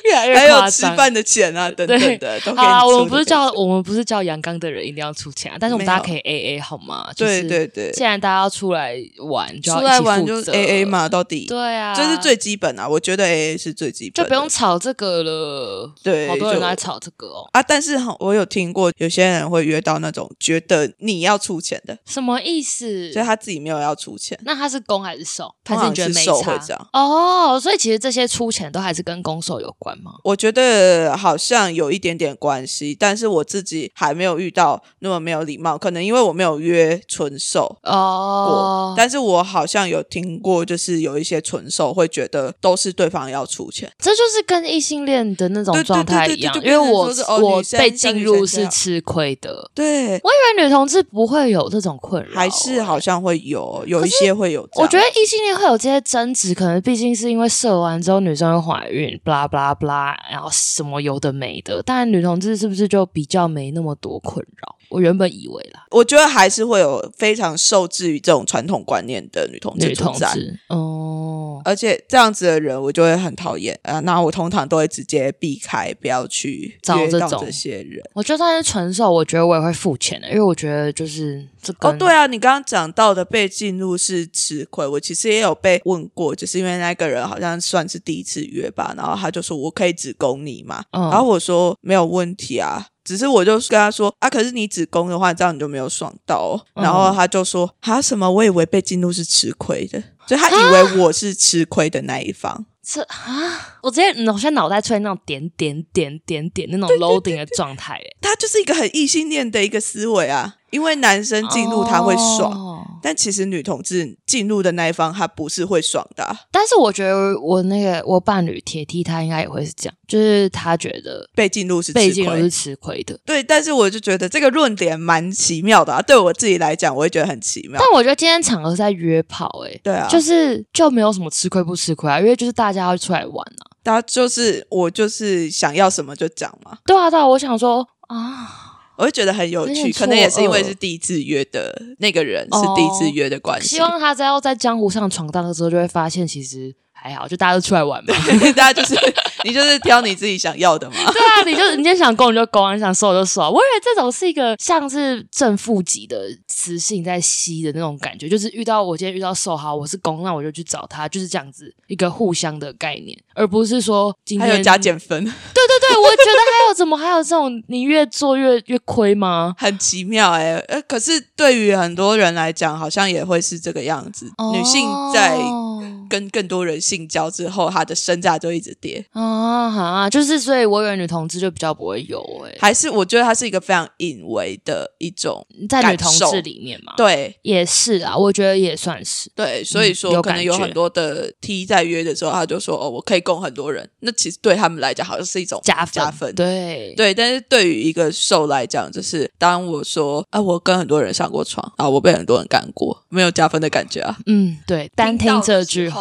[SPEAKER 1] 越来
[SPEAKER 2] 还
[SPEAKER 1] 越
[SPEAKER 2] 有
[SPEAKER 1] 夸
[SPEAKER 2] 吃
[SPEAKER 1] 张。
[SPEAKER 2] 饭的钱啊，等等的，都给
[SPEAKER 1] 好
[SPEAKER 2] 你
[SPEAKER 1] 啦，
[SPEAKER 2] 出
[SPEAKER 1] 我们不
[SPEAKER 2] 的
[SPEAKER 1] 是
[SPEAKER 2] 钱
[SPEAKER 1] 叫我们不是叫阳刚的人一定要出钱啊，但是我们
[SPEAKER 2] 没有
[SPEAKER 1] 大家可以 A A 好吗？就是
[SPEAKER 2] 对对对，
[SPEAKER 1] 既然大家要出来玩，就要
[SPEAKER 2] 出来
[SPEAKER 1] 一起
[SPEAKER 2] 玩
[SPEAKER 1] 负
[SPEAKER 2] 就是
[SPEAKER 1] 责
[SPEAKER 2] A A。嘛，到底
[SPEAKER 1] 对啊，
[SPEAKER 2] 这是最基本啊，我觉得 A A 是最基本
[SPEAKER 1] 就
[SPEAKER 2] 的，
[SPEAKER 1] 不用吵这个了。
[SPEAKER 2] 对
[SPEAKER 1] 好多人
[SPEAKER 2] 就
[SPEAKER 1] 都在吵这个哦，
[SPEAKER 2] 啊。但是哈我有听过有些人会约到那种觉得你要出钱的，
[SPEAKER 1] 什么意思？
[SPEAKER 2] 所以他自己没有要出钱，
[SPEAKER 1] 那他是攻还是受？
[SPEAKER 2] 通
[SPEAKER 1] 还是
[SPEAKER 2] 常
[SPEAKER 1] 你觉得
[SPEAKER 2] 是
[SPEAKER 1] 没
[SPEAKER 2] 受会这
[SPEAKER 1] 差
[SPEAKER 2] 样？
[SPEAKER 1] 哦，所以其实这些出钱都还是跟攻受有关吗？
[SPEAKER 2] 我觉得好像有一点点关系，但是我自己还没有遇到那么没有礼貌，可能因为我没有约纯售过，
[SPEAKER 1] 哦，
[SPEAKER 2] 但是我好像有听过，就是有一些纯售会觉得都是对方要出钱，
[SPEAKER 1] 这就是跟异性恋的那种
[SPEAKER 2] 对对
[SPEAKER 1] 状态一样，
[SPEAKER 2] 对对对
[SPEAKER 1] 因为
[SPEAKER 2] 就变成
[SPEAKER 1] 我
[SPEAKER 2] 说是哦
[SPEAKER 1] 我
[SPEAKER 2] 女生
[SPEAKER 1] 被
[SPEAKER 2] 像
[SPEAKER 1] 进
[SPEAKER 2] 女
[SPEAKER 1] 入
[SPEAKER 2] 生这
[SPEAKER 1] 是
[SPEAKER 2] 样
[SPEAKER 1] 吃亏的，
[SPEAKER 2] 对，
[SPEAKER 1] 我以为女同志不会有这种困扰，欸
[SPEAKER 2] 还是。好像会有有一些会有这样，
[SPEAKER 1] 我觉得异性恋会有这些争执，可能毕竟是因为射完之后女生会怀孕，巴拉巴拉巴拉，然后什么有的没的。但女同志是不是就比较没那么多困扰？我原本以为啦，
[SPEAKER 2] 我觉得还是会有非常受制于这种传统观念的女同
[SPEAKER 1] 女
[SPEAKER 2] 志
[SPEAKER 1] 同
[SPEAKER 2] 存在。
[SPEAKER 1] 志哦，
[SPEAKER 2] 而且这样子的人，我就会很讨厌啊！那我通常都会直接避开，不要去
[SPEAKER 1] 找
[SPEAKER 2] 约
[SPEAKER 1] 这
[SPEAKER 2] 到
[SPEAKER 1] 种
[SPEAKER 2] 这些人。
[SPEAKER 1] 我就算是纯手，我觉得我也会付钱的，因为我觉得就是这个
[SPEAKER 2] 哦，对啊，你刚刚讲到的被进入是吃亏，我其实也有被问过，就是因为那个人好像算是第一次约吧，然后他就说我可以只供你嘛，
[SPEAKER 1] 嗯
[SPEAKER 2] 然后我说没有问题啊，只是我就跟他说啊，可是你子宫的话，这样你就没有爽到、哦。
[SPEAKER 1] 嗯
[SPEAKER 2] 然后他就说啊什么，我以为被进入是吃亏的，所以他以
[SPEAKER 1] 啊
[SPEAKER 2] 为我是吃亏的那一方。
[SPEAKER 1] 这啊，我直接我现在脑袋出现那种点点点点点那种 loading 的状态，哎
[SPEAKER 2] 他就是一个很异性恋的一个思维啊，因为男生进入他会爽，
[SPEAKER 1] 哦
[SPEAKER 2] 但其实女同志进入的那一方，他不是会爽的啊、
[SPEAKER 1] 但是我觉得我那个我伴侣铁梯他应该也会是这样，就是他觉得
[SPEAKER 2] 被进入是吃
[SPEAKER 1] 被进入
[SPEAKER 2] 亏
[SPEAKER 1] 是。吃亏的。
[SPEAKER 2] 对，但是我就觉得这个论点蛮奇妙的啊，对我自己来讲，我会觉得很奇妙
[SPEAKER 1] 但。我觉得今天场合是在约炮、哎，
[SPEAKER 2] 对啊，
[SPEAKER 1] 就是就没有什么吃亏不吃亏啊，因为就是大家要出来玩啊。
[SPEAKER 2] 他就是我就是想要什么就讲嘛，
[SPEAKER 1] 对啊，对啊，我想说啊，
[SPEAKER 2] 我会觉得很有
[SPEAKER 1] 有
[SPEAKER 2] 趣，
[SPEAKER 1] 点
[SPEAKER 2] 可能也是因为
[SPEAKER 1] 错愕
[SPEAKER 2] 是第一次约的那个人
[SPEAKER 1] 哦
[SPEAKER 2] 是第一次约的关系
[SPEAKER 1] 希，望他在要在江湖上闯荡的时候，就会发现其实还好，就大家都出来玩嘛。
[SPEAKER 2] 大家就是 你就是挑你自己想要的嘛。
[SPEAKER 1] 对啊，你就你今天想攻你就攻，啊你想收就收。我以为这种是一个像是正负极的磁性在吸的那种感觉，就是遇到我今天遇到受好，我是攻，那我就去找他，就是这样子一个互相的概念，而不是说今
[SPEAKER 2] 还
[SPEAKER 1] 天
[SPEAKER 2] 有加减分，
[SPEAKER 1] 对对对，我觉得还有怎么还有这种你越做越越亏吗？
[SPEAKER 2] 很奇妙哎、呃，可是对于很多人来讲，好像也会是这个样子。女性在
[SPEAKER 1] 哦
[SPEAKER 2] 跟更多人性交之后，她的身价就一直跌。
[SPEAKER 1] 啊哈，就是所以我以为女同志就比较不会有哎、
[SPEAKER 2] 还是我觉得它是一个非常隐微的一种，
[SPEAKER 1] 在女
[SPEAKER 2] 感
[SPEAKER 1] 同
[SPEAKER 2] 受
[SPEAKER 1] 志里面嘛，，
[SPEAKER 2] 对
[SPEAKER 1] 也是啊，我觉得也算是。
[SPEAKER 2] 对，所以说、
[SPEAKER 1] 嗯有
[SPEAKER 2] 可能
[SPEAKER 1] 感
[SPEAKER 2] 有
[SPEAKER 1] 觉
[SPEAKER 2] 很多的 T 在约的时候，他就说哦，我可以供很多人，那其实对他们来讲好像是一种
[SPEAKER 1] 加分，
[SPEAKER 2] 加分，
[SPEAKER 1] 对
[SPEAKER 2] 对，但是对于一个受来讲，就是当我说啊，我跟很多人上过床啊，我被很多人干过，没有加分的感觉啊。
[SPEAKER 1] 嗯，对， 单听这句话。，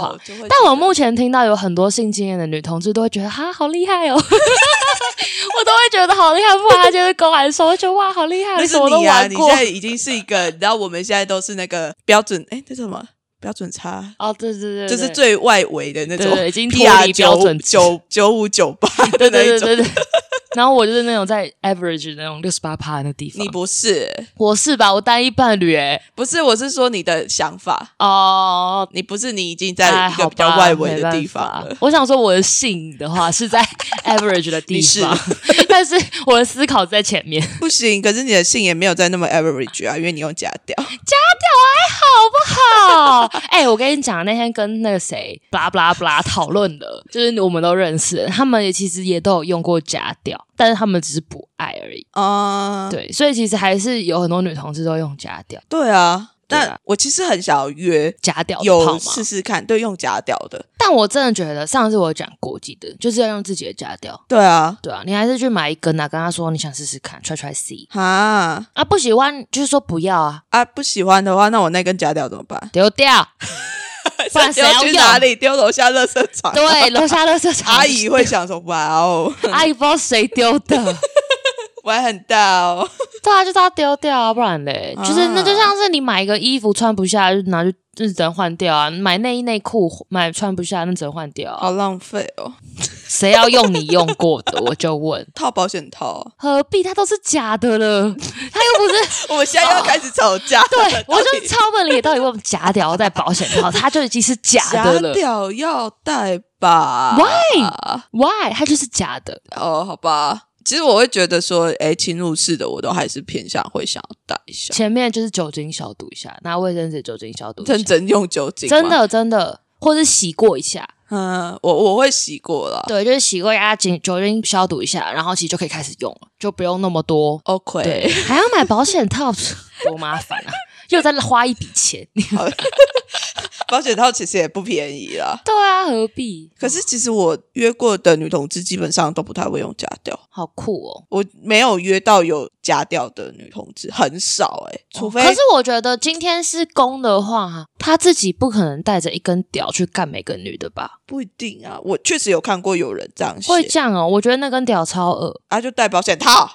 [SPEAKER 1] 但我目前听到有很多性经验的女同志都会觉得哈好厉害哦， 我都会觉得好厉害，不然她就是公然说，我觉得哇好厉害，
[SPEAKER 2] 那是
[SPEAKER 1] 什么都
[SPEAKER 2] 你啊，
[SPEAKER 1] 玩
[SPEAKER 2] 你现
[SPEAKER 1] 过。
[SPEAKER 2] 在已经是一个，然后我们现在都是那个标准，哎，那叫什么标准差？
[SPEAKER 1] 哦，对对对，
[SPEAKER 2] 就是
[SPEAKER 1] 对
[SPEAKER 2] 最外围的那种
[SPEAKER 1] 对对已 经脱
[SPEAKER 2] PR
[SPEAKER 1] 离标准值
[SPEAKER 2] 九九五九 八 的
[SPEAKER 1] 对
[SPEAKER 2] 那一
[SPEAKER 1] 对
[SPEAKER 2] 种。
[SPEAKER 1] 对对 对。然后我就是那种在 average 的那种六十八趴的那地方
[SPEAKER 2] 你，不是，
[SPEAKER 1] 我是吧？我单一伴侣哎、
[SPEAKER 2] 不是，我是说你的想法，
[SPEAKER 1] 哦，
[SPEAKER 2] 你不是你已经
[SPEAKER 1] 哎
[SPEAKER 2] 在一个比较
[SPEAKER 1] 好吧
[SPEAKER 2] 外围
[SPEAKER 1] 没
[SPEAKER 2] 的
[SPEAKER 1] 办
[SPEAKER 2] 地方
[SPEAKER 1] 法
[SPEAKER 2] 了。
[SPEAKER 1] 我想说我的性的话是在 average 的地
[SPEAKER 2] 你是
[SPEAKER 1] 方， 但是我的思考在前面，好
[SPEAKER 2] 不行，可是你的性也没有在那么 average 啊，因为你用假 掉。
[SPEAKER 1] 不 好？哎、我跟你讲，那天跟那个谁布拉布拉布拉讨论的，就是我们都认识的，他们也其实也都有用过假屌，但是他们只是不爱而已。
[SPEAKER 2] 啊、
[SPEAKER 1] 对，所以其实还是有很多女同志都用假屌，
[SPEAKER 2] 对啊，
[SPEAKER 1] 对啊
[SPEAKER 2] 但我其实很想要约
[SPEAKER 1] 假屌的泡
[SPEAKER 2] 有
[SPEAKER 1] 嘛
[SPEAKER 2] 试试看，对，用假屌的，
[SPEAKER 1] 但我真的觉得，上次我有讲过，我记得就是要用自己的家调。
[SPEAKER 2] 对啊，
[SPEAKER 1] 对啊，你还是去买一根啊，跟他说你想试试看，try try see
[SPEAKER 2] 哈
[SPEAKER 1] 啊，不喜欢就是说不要啊，
[SPEAKER 2] 啊，不喜欢的话，那我那根假屌怎么办？
[SPEAKER 1] 丢 掉，不然谁
[SPEAKER 2] 丢
[SPEAKER 1] 要
[SPEAKER 2] 去
[SPEAKER 1] 用
[SPEAKER 2] 哪里？丢楼下垃圾场？
[SPEAKER 1] 对，啊楼下垃圾场
[SPEAKER 2] 阿姨会想说：“哇哦，
[SPEAKER 1] 阿姨不知道谁丢 的，
[SPEAKER 2] 玩很大哦。
[SPEAKER 1] 对啊，就是要丢掉啊，不然嘞，
[SPEAKER 2] 啊
[SPEAKER 1] 就是那就像是你买一个衣服穿不下，就拿去就只能换掉啊，买内衣内裤买穿不下，那只能换掉、”啊，
[SPEAKER 2] 好浪费哦，
[SPEAKER 1] 谁要用你用过的，我就问。
[SPEAKER 2] 套保险套哦。
[SPEAKER 1] 何必？它都是假的了，它又不是
[SPEAKER 2] 我们现在又要开始吵架了。
[SPEAKER 1] 对，我
[SPEAKER 2] 到
[SPEAKER 1] 就
[SPEAKER 2] 底
[SPEAKER 1] 超问了，也到底为什么假屌戴保险套，它就已经是假的
[SPEAKER 2] 假
[SPEAKER 1] 了。
[SPEAKER 2] 屌要戴吧
[SPEAKER 1] Why？Why？它就是假的。
[SPEAKER 2] 哦，好吧。其实我会觉得说，哎，侵入式的我都还是偏向会想要戴一下，
[SPEAKER 1] 前面就是酒精消毒一下，拿卫生纸酒精消毒一下，
[SPEAKER 2] 认真用酒精。
[SPEAKER 1] 真，的真的，或是洗过一下，
[SPEAKER 2] 嗯，我我会洗过了。
[SPEAKER 1] 对，就是洗过一下，酒酒精消毒一下，然后其实就可以开始用了，就不用那么多。对
[SPEAKER 2] ，OK，，
[SPEAKER 1] 还要买保险套， 多麻烦啊！又再花一笔钱，
[SPEAKER 2] 保险套其实也不便宜啦。
[SPEAKER 1] 对啊，何必？
[SPEAKER 2] 可是其实我约过的女同志基本上都不太会用假掉，
[SPEAKER 1] 好酷哦！
[SPEAKER 2] 我没有约到有假掉的女同志，很少哎、除非
[SPEAKER 1] 哦可是我觉得今天是公的话，他自己不可能带着一根屌去干每个女的吧？
[SPEAKER 2] 不一定啊。我确实有看过有人这样写
[SPEAKER 1] 会，这样哦？我觉得那根屌超恶，
[SPEAKER 2] 啊，就戴保险套。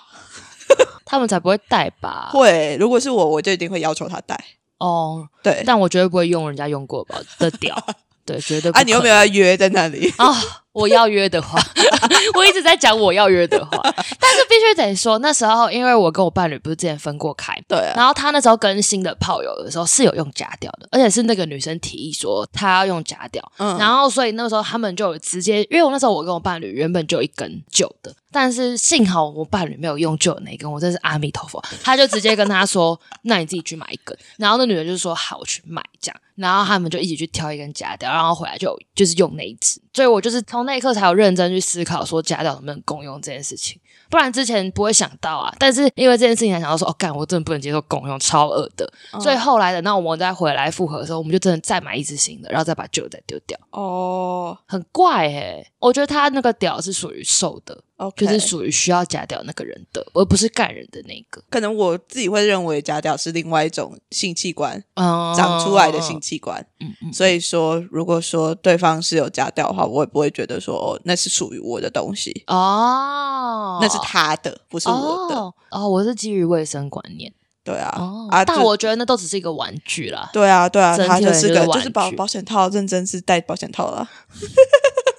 [SPEAKER 1] 他们才不会带吧？
[SPEAKER 2] 会，如果是我，我就一定会要求他戴。
[SPEAKER 1] 哦，
[SPEAKER 2] 对，
[SPEAKER 1] 但我绝对不会用人家用过吧的屌。对，绝对不可能。
[SPEAKER 2] 啊，你有没有要约在那里？
[SPEAKER 1] 啊、我要约的话， 我一直在讲我要约的 话，但是必须得说，那时候因为我跟我伴侣不是之前分过开，
[SPEAKER 2] 对啊，
[SPEAKER 1] 然后他那时候跟新的炮友的时候是有用假屌的，而且是那个女生提议说她要用假屌，
[SPEAKER 2] 嗯
[SPEAKER 1] 然后所以那个时候他们就有直接，因为我那时候我跟我伴侣原本就有一根旧的，但是幸好我伴侣没有用旧的那一根，我真是阿弥陀佛，他就直接跟他说，那你自己去买一根，然后那女的就说好，我去买这样。然后他们就一起去挑一根假屌，然后回来就就是用那一只，所以我就是从那一刻才有认真去思考说假屌能不能共用这件事情。不然之前不会想到啊。但是因为这件事情，才想到说，哦，干，我真的不能接受共用，超恶的。
[SPEAKER 2] 嗯
[SPEAKER 1] 所以后来的，那我们再回来复合的时候，我们就真的再买一只新的，然后再把旧的再丢掉，
[SPEAKER 2] 哦
[SPEAKER 1] 很怪诶、我觉得他那个屌是属于瘦的，
[SPEAKER 2] ，OK，
[SPEAKER 1] 就是属于需要夹掉那个人的，而不是干人的那个。
[SPEAKER 2] 可能我自己会认为假屌是另外一种性器官
[SPEAKER 1] 嗯，
[SPEAKER 2] 长出来的性器官，
[SPEAKER 1] 嗯，嗯
[SPEAKER 2] 哦所以说如果说对方是有假屌的话，我也不会觉得说哦那是属于我的东西，
[SPEAKER 1] 哦，
[SPEAKER 2] 那是他的，不是我的。
[SPEAKER 1] 哦哦，我是基于卫生观念
[SPEAKER 2] 对啊，
[SPEAKER 1] 哦，
[SPEAKER 2] 啊，
[SPEAKER 1] 但
[SPEAKER 2] 就
[SPEAKER 1] 我觉得那都只是一个玩具啦。
[SPEAKER 2] 对啊，对啊，
[SPEAKER 1] 整体
[SPEAKER 2] 他
[SPEAKER 1] 而言
[SPEAKER 2] 是
[SPEAKER 1] 就是
[SPEAKER 2] 个
[SPEAKER 1] 玩
[SPEAKER 2] 就是保
[SPEAKER 1] 具
[SPEAKER 2] 保险套，认真是戴保险套了。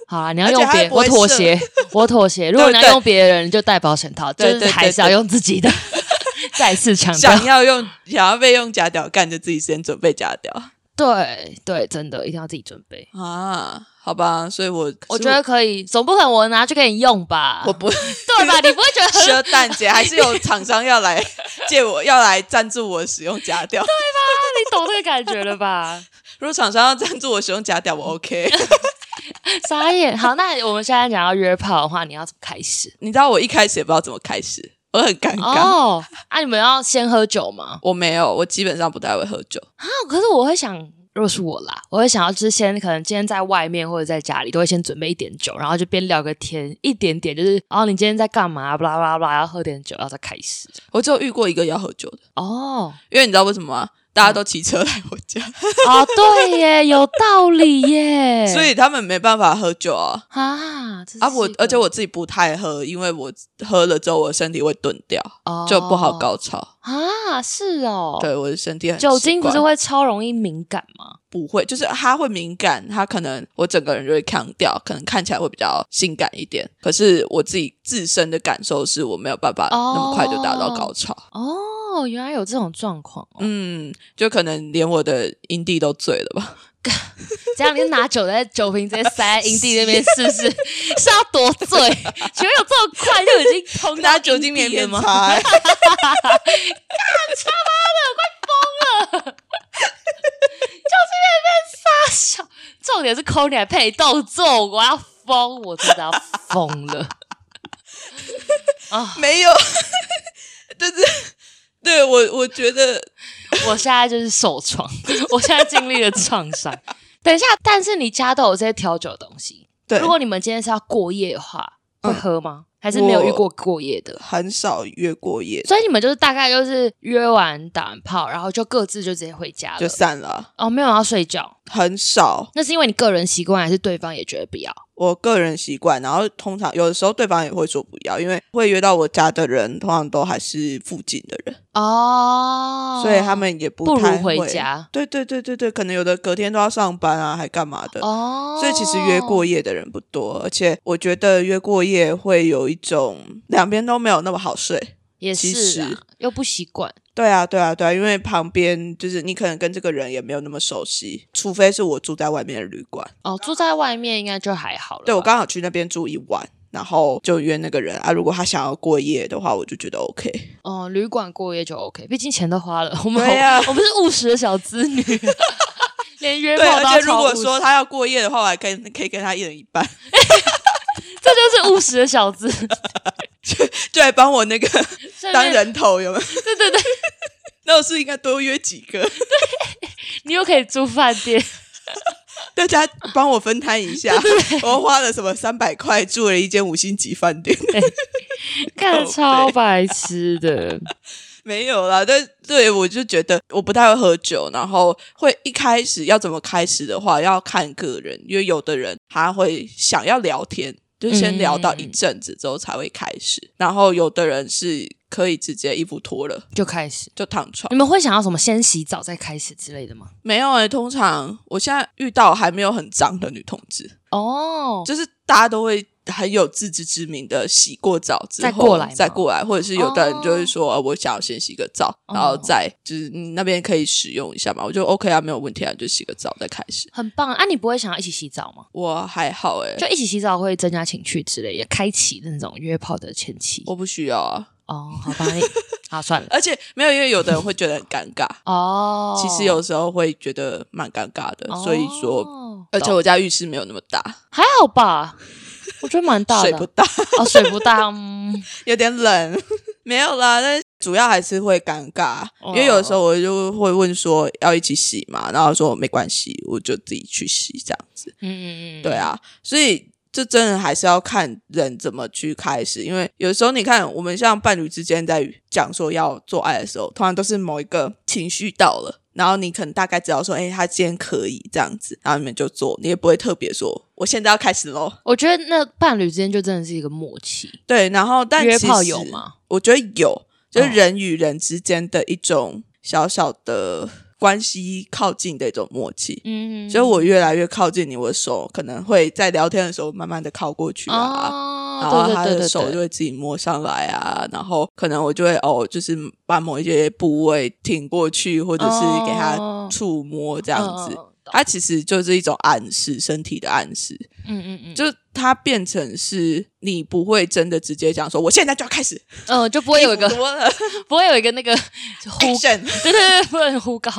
[SPEAKER 1] 好啦，你要
[SPEAKER 2] 而且
[SPEAKER 1] 用
[SPEAKER 2] 它
[SPEAKER 1] 别
[SPEAKER 2] 也不
[SPEAKER 1] 我
[SPEAKER 2] 会
[SPEAKER 1] 妥
[SPEAKER 2] 射
[SPEAKER 1] 协， 我妥协。如果你要
[SPEAKER 2] 对
[SPEAKER 1] 用别人，就戴保险套，就
[SPEAKER 2] 对
[SPEAKER 1] 是
[SPEAKER 2] 对
[SPEAKER 1] 还
[SPEAKER 2] 对
[SPEAKER 1] 是要
[SPEAKER 2] 对
[SPEAKER 1] 用 自己的。再次强调，
[SPEAKER 2] 想要用 想要被用假屌干，就自己先准备假屌
[SPEAKER 1] 对对，真的一定要自己准备。
[SPEAKER 2] 啊。好吧，所以我
[SPEAKER 1] 我觉得可以，总不可能我拿去给你用吧？
[SPEAKER 2] 我不
[SPEAKER 1] 对吧？你不会觉得很
[SPEAKER 2] 蛇蛋姐还是有厂商要来借我，要来赞助我使用假屌。
[SPEAKER 1] 你懂这个感觉了吧？
[SPEAKER 2] 如果厂商要赞助我使用假屌，我 OK。
[SPEAKER 1] 傻眼。好，那我们现在讲要约炮的话，你要怎么开始？
[SPEAKER 2] 你知道我一开始也不知道怎么开始，我很尴尬。
[SPEAKER 1] 哦，啊，你们要先喝酒吗？
[SPEAKER 2] 我没有，我基本上不太会喝酒。
[SPEAKER 1] 哦啊，可是我会想。如果是我啦，我会想要就是先可能今天在外面或者在家里都会先准备一点酒，然后就边聊个天，一点点就是哦，你今天在干嘛？巴拉巴拉巴拉，要喝点酒，然后再开始。
[SPEAKER 2] 我只有遇过一个要喝酒的，
[SPEAKER 1] 哦，
[SPEAKER 2] 因为你知道为什么吗？大家都骑车来我家，
[SPEAKER 1] 哦，对耶，有道理 耶。
[SPEAKER 2] 所以他们没办法喝酒啊。
[SPEAKER 1] 啊，这是
[SPEAKER 2] 啊，我
[SPEAKER 1] 一个
[SPEAKER 2] 而且我自己不太喝，因为我喝了之后我身体会钝掉，
[SPEAKER 1] 哦
[SPEAKER 2] 就不好高潮。
[SPEAKER 1] 啊，是哦，，
[SPEAKER 2] 对，我的身体很
[SPEAKER 1] 酒
[SPEAKER 2] 奇
[SPEAKER 1] 精不
[SPEAKER 2] 怪
[SPEAKER 1] 是会超容易敏感吗？
[SPEAKER 2] 不会，就是他会敏感，他可能我整个人就会抗掉，可能看起来会比较性感一点。可是我自己自身的感受是我没有办法
[SPEAKER 1] 哦
[SPEAKER 2] 那么快就达到高潮。
[SPEAKER 1] 哦，原来有这种状况哦，
[SPEAKER 2] 嗯，就可能连我的阴蒂都醉了 吧？
[SPEAKER 1] 这样你就拿酒在酒瓶直接塞在营地那边试 试，是要多醉？请问有这么快就已经通
[SPEAKER 2] 拿
[SPEAKER 1] 到
[SPEAKER 2] 酒精
[SPEAKER 1] 营地
[SPEAKER 2] 棉
[SPEAKER 1] 了
[SPEAKER 2] 片
[SPEAKER 1] 吗？
[SPEAKER 2] 擦、欸，
[SPEAKER 1] 大 笑，重点是抠你还配动作，我要疯，我真的要疯了啊！
[SPEAKER 2] 没有， 就是对我，我觉得
[SPEAKER 1] 我现在就是受创，我现在经历了创伤。等一下，但是你家都有这些调酒的东西，
[SPEAKER 2] 对
[SPEAKER 1] 如果你们今天是要过夜的话，会
[SPEAKER 2] 嗯
[SPEAKER 1] 喝吗？还是没有遇过过夜的？
[SPEAKER 2] 很少越过夜，
[SPEAKER 1] 所以你们就是大概就是约完打完炮，然后就各自就直接回家
[SPEAKER 2] 就
[SPEAKER 1] 了。
[SPEAKER 2] 散了，
[SPEAKER 1] 哦，没有要睡觉，
[SPEAKER 2] 很少。
[SPEAKER 1] 那是因为你个人习惯，还是对方也觉得不要？
[SPEAKER 2] 我个人习惯，然后通常有的时候对方也会说不要，因为会约到我家的人，通常都还是附近的人。
[SPEAKER 1] 哦，
[SPEAKER 2] 所以他们也不
[SPEAKER 1] 不
[SPEAKER 2] 太
[SPEAKER 1] 如回
[SPEAKER 2] 会
[SPEAKER 1] 家。
[SPEAKER 2] 对对对对对，可能有的隔天都要上班啊，还干嘛的。
[SPEAKER 1] 哦，
[SPEAKER 2] 所以其实约过夜的人不多，而且我觉得约过夜会有一种两边都没有那么好睡。
[SPEAKER 1] 也是
[SPEAKER 2] 其实
[SPEAKER 1] 啊，又不习惯。
[SPEAKER 2] 对啊，对啊，对啊，因为旁边就是你可能跟这个人也没有那么熟悉，除非是我住在外面的旅馆。
[SPEAKER 1] 哦，住在外面应该就还好了吧。
[SPEAKER 2] 对我刚好去那边住一晚，然后就约那个人啊，如果他想要过夜的话，我就觉得 OK。
[SPEAKER 1] 哦，旅馆过夜就 OK，毕竟钱都花了，我们
[SPEAKER 2] 对啊
[SPEAKER 1] 好我 们是务实的小 资女，连约
[SPEAKER 2] 对，
[SPEAKER 1] 炮都
[SPEAKER 2] 而
[SPEAKER 1] 要
[SPEAKER 2] 且如
[SPEAKER 1] 超务
[SPEAKER 2] 果
[SPEAKER 1] 实
[SPEAKER 2] 说他要过夜的话，我还可以可以跟他一人一半，
[SPEAKER 1] 这就是务实的小资，
[SPEAKER 2] 就来帮我那个 当
[SPEAKER 1] 然，
[SPEAKER 2] 人头有没有？
[SPEAKER 1] 对对对，
[SPEAKER 2] 那我是不是应该多约几个，
[SPEAKER 1] 你又可以住饭店，
[SPEAKER 2] 大家帮我分摊一下。我花了什么三百块住了一间五星级饭店，
[SPEAKER 1] 看
[SPEAKER 2] 靠
[SPEAKER 1] 超
[SPEAKER 2] 背
[SPEAKER 1] 白痴的。
[SPEAKER 2] 没有啦。但对我就觉得我不太会喝酒，然后会一开始要怎么开始的话，要看个人，因为有的人他会想要聊天，就先聊到一阵子之后才会开始，然后有的人是。可以直接衣服脱了
[SPEAKER 1] 就开始。
[SPEAKER 2] 就躺床。
[SPEAKER 1] 你们会想要什么？先洗澡再开始之类的吗？
[SPEAKER 2] 没有诶、欸通常我现在遇到还没有很脏的女同志，
[SPEAKER 1] 哦，
[SPEAKER 2] 就是大家都会很有自知之明的洗过澡之后
[SPEAKER 1] 再过来吗
[SPEAKER 2] 再过来，或者是有的人
[SPEAKER 1] 哦
[SPEAKER 2] 就会说、呃我想要先洗个澡，
[SPEAKER 1] 哦
[SPEAKER 2] 然后再就是你那边可以使用一下嘛，我就 OK 啊，没有问题啊，就洗个澡再开始。
[SPEAKER 1] 很棒啊！你不会想要一起洗澡吗？
[SPEAKER 2] 我还好欸诶、
[SPEAKER 1] 就一起洗澡会增加情趣之类，也开启那种约炮的前期。
[SPEAKER 2] 我不需要啊，
[SPEAKER 1] 哦，好吧，你 好算了。
[SPEAKER 2] 而且没有，因为有的人会觉得很尴尬，
[SPEAKER 1] 哦，
[SPEAKER 2] 其实有时候会觉得蛮尴尬的，所以说，
[SPEAKER 1] 哦
[SPEAKER 2] 而且我家浴室没有那么大，
[SPEAKER 1] 还好吧，我觉得蛮大
[SPEAKER 2] 水
[SPEAKER 1] 的
[SPEAKER 2] 不大，
[SPEAKER 1] 哦，水不大，嗯，
[SPEAKER 2] 有点冷， 没有啦，但是主要还是会尴尬，
[SPEAKER 1] 哦
[SPEAKER 2] 因为有的时候我就会问说要一起洗嘛，然后说没关系，我就自己去洗这样子，
[SPEAKER 1] 嗯嗯 嗯，
[SPEAKER 2] 对，啊，所以。这真的还是要看人怎么去开始，因为有时候你看，我们像伴侣之间在讲说要做爱的时候，通常都是某一个情绪到了，然后你可能大概知道说，哎、他今天可以这样子，然后你们就做，你也不会特别说我现在要开始喽，
[SPEAKER 1] 我觉得那伴侣之间就真的是一个默契。
[SPEAKER 2] 对，然后但
[SPEAKER 1] 约
[SPEAKER 2] 其
[SPEAKER 1] 炮
[SPEAKER 2] 实
[SPEAKER 1] 有吗？
[SPEAKER 2] 我觉得有，就是
[SPEAKER 1] 哦
[SPEAKER 2] 人与人之间的一种小小的关系靠近的一种默契。
[SPEAKER 1] 嗯，
[SPEAKER 2] 所以我越来越靠近你，我的手可能会在聊天的时候慢慢的靠过去啊，然
[SPEAKER 1] 哦，
[SPEAKER 2] 后
[SPEAKER 1] 对
[SPEAKER 2] 他
[SPEAKER 1] 对
[SPEAKER 2] 的
[SPEAKER 1] 对
[SPEAKER 2] 手
[SPEAKER 1] 对
[SPEAKER 2] 就
[SPEAKER 1] 对，
[SPEAKER 2] 会自己摸上来啊，然后可能我就会哦，就是把某一些部位挺过去，或者是给他
[SPEAKER 1] 哦
[SPEAKER 2] 触摸这样子。
[SPEAKER 1] 嗯
[SPEAKER 2] 它其实就是一种暗示，身体的暗示。
[SPEAKER 1] 嗯嗯，
[SPEAKER 2] 就它变成是你不会真的直接讲说我现在就要开始，
[SPEAKER 1] 嗯，就不会有一个
[SPEAKER 2] 多了
[SPEAKER 1] 不会有一个 那个呼，
[SPEAKER 2] action。
[SPEAKER 1] 对对对，不能呼告，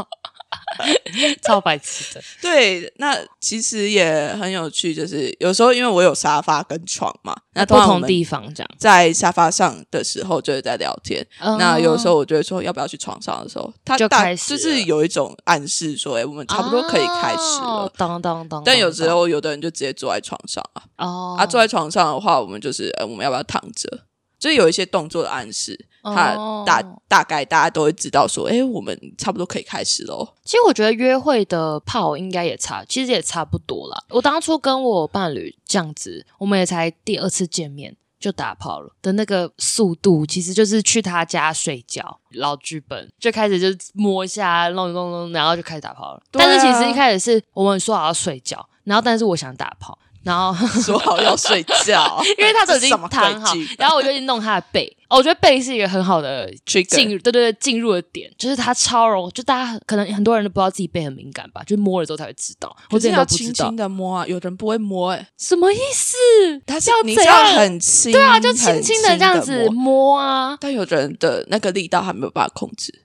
[SPEAKER 1] 超白痴的。
[SPEAKER 2] 对，那其实也很有趣，就是有时候因为我有沙发跟床嘛，那
[SPEAKER 1] 不
[SPEAKER 2] 通常我
[SPEAKER 1] 同
[SPEAKER 2] 们
[SPEAKER 1] 地方这样，
[SPEAKER 2] 在沙发上的时候就是在聊天，那有时候我就会说要不要去床上的时候，他
[SPEAKER 1] 哦就
[SPEAKER 2] 大
[SPEAKER 1] 开始
[SPEAKER 2] 就
[SPEAKER 1] 了
[SPEAKER 2] 是有一种暗示说，哎、我们差不多可以开始了。
[SPEAKER 1] 哦当当当。
[SPEAKER 2] 但有时
[SPEAKER 1] 当
[SPEAKER 2] 候有的人就直接坐在床上啊，
[SPEAKER 1] 哦，
[SPEAKER 2] 啊，坐在床上的话，我们就是、呃、我们要不要躺着？就是有一些动作的暗示，他
[SPEAKER 1] 哦
[SPEAKER 2] 大、大概大家都会知道说，哎、我们差不多可以开始喽。
[SPEAKER 1] 其实我觉得约会的炮应该也差，其实也差不多啦。我当初跟我伴侣这样子，我们也才第二次见面就打炮了的那个速度，其实就是去他家睡觉，老剧本就开始就摸一下弄一弄弄，然后就开始打炮了。
[SPEAKER 2] 对啊
[SPEAKER 1] 但是其实一开始是我们说好要睡觉，然后但是我想打炮，然后，
[SPEAKER 2] 说好要睡 觉
[SPEAKER 1] 因为他都
[SPEAKER 2] 这
[SPEAKER 1] 已经
[SPEAKER 2] 是什么
[SPEAKER 1] 躺好
[SPEAKER 2] 鬼剧，啊
[SPEAKER 1] 然后我就去弄他的背。哦，我觉得背是一个很好的
[SPEAKER 2] Trigger
[SPEAKER 1] 进入，对对对，进入的点就是他超容，就大家可能很多人都不知道自己背很敏感吧，就摸了之后才会知道。我
[SPEAKER 2] 可
[SPEAKER 1] 之
[SPEAKER 2] 是
[SPEAKER 1] 前都
[SPEAKER 2] 要
[SPEAKER 1] 不知
[SPEAKER 2] 轻
[SPEAKER 1] 道
[SPEAKER 2] 轻，的摸啊，有人不会摸、哎，
[SPEAKER 1] 什么意思？
[SPEAKER 2] 他是
[SPEAKER 1] 要
[SPEAKER 2] 你
[SPEAKER 1] 怎
[SPEAKER 2] 是要
[SPEAKER 1] 样
[SPEAKER 2] 很轻，对啊
[SPEAKER 1] 就轻轻的这样子摸啊，
[SPEAKER 2] 但有的人的那个力道还没有办法控制，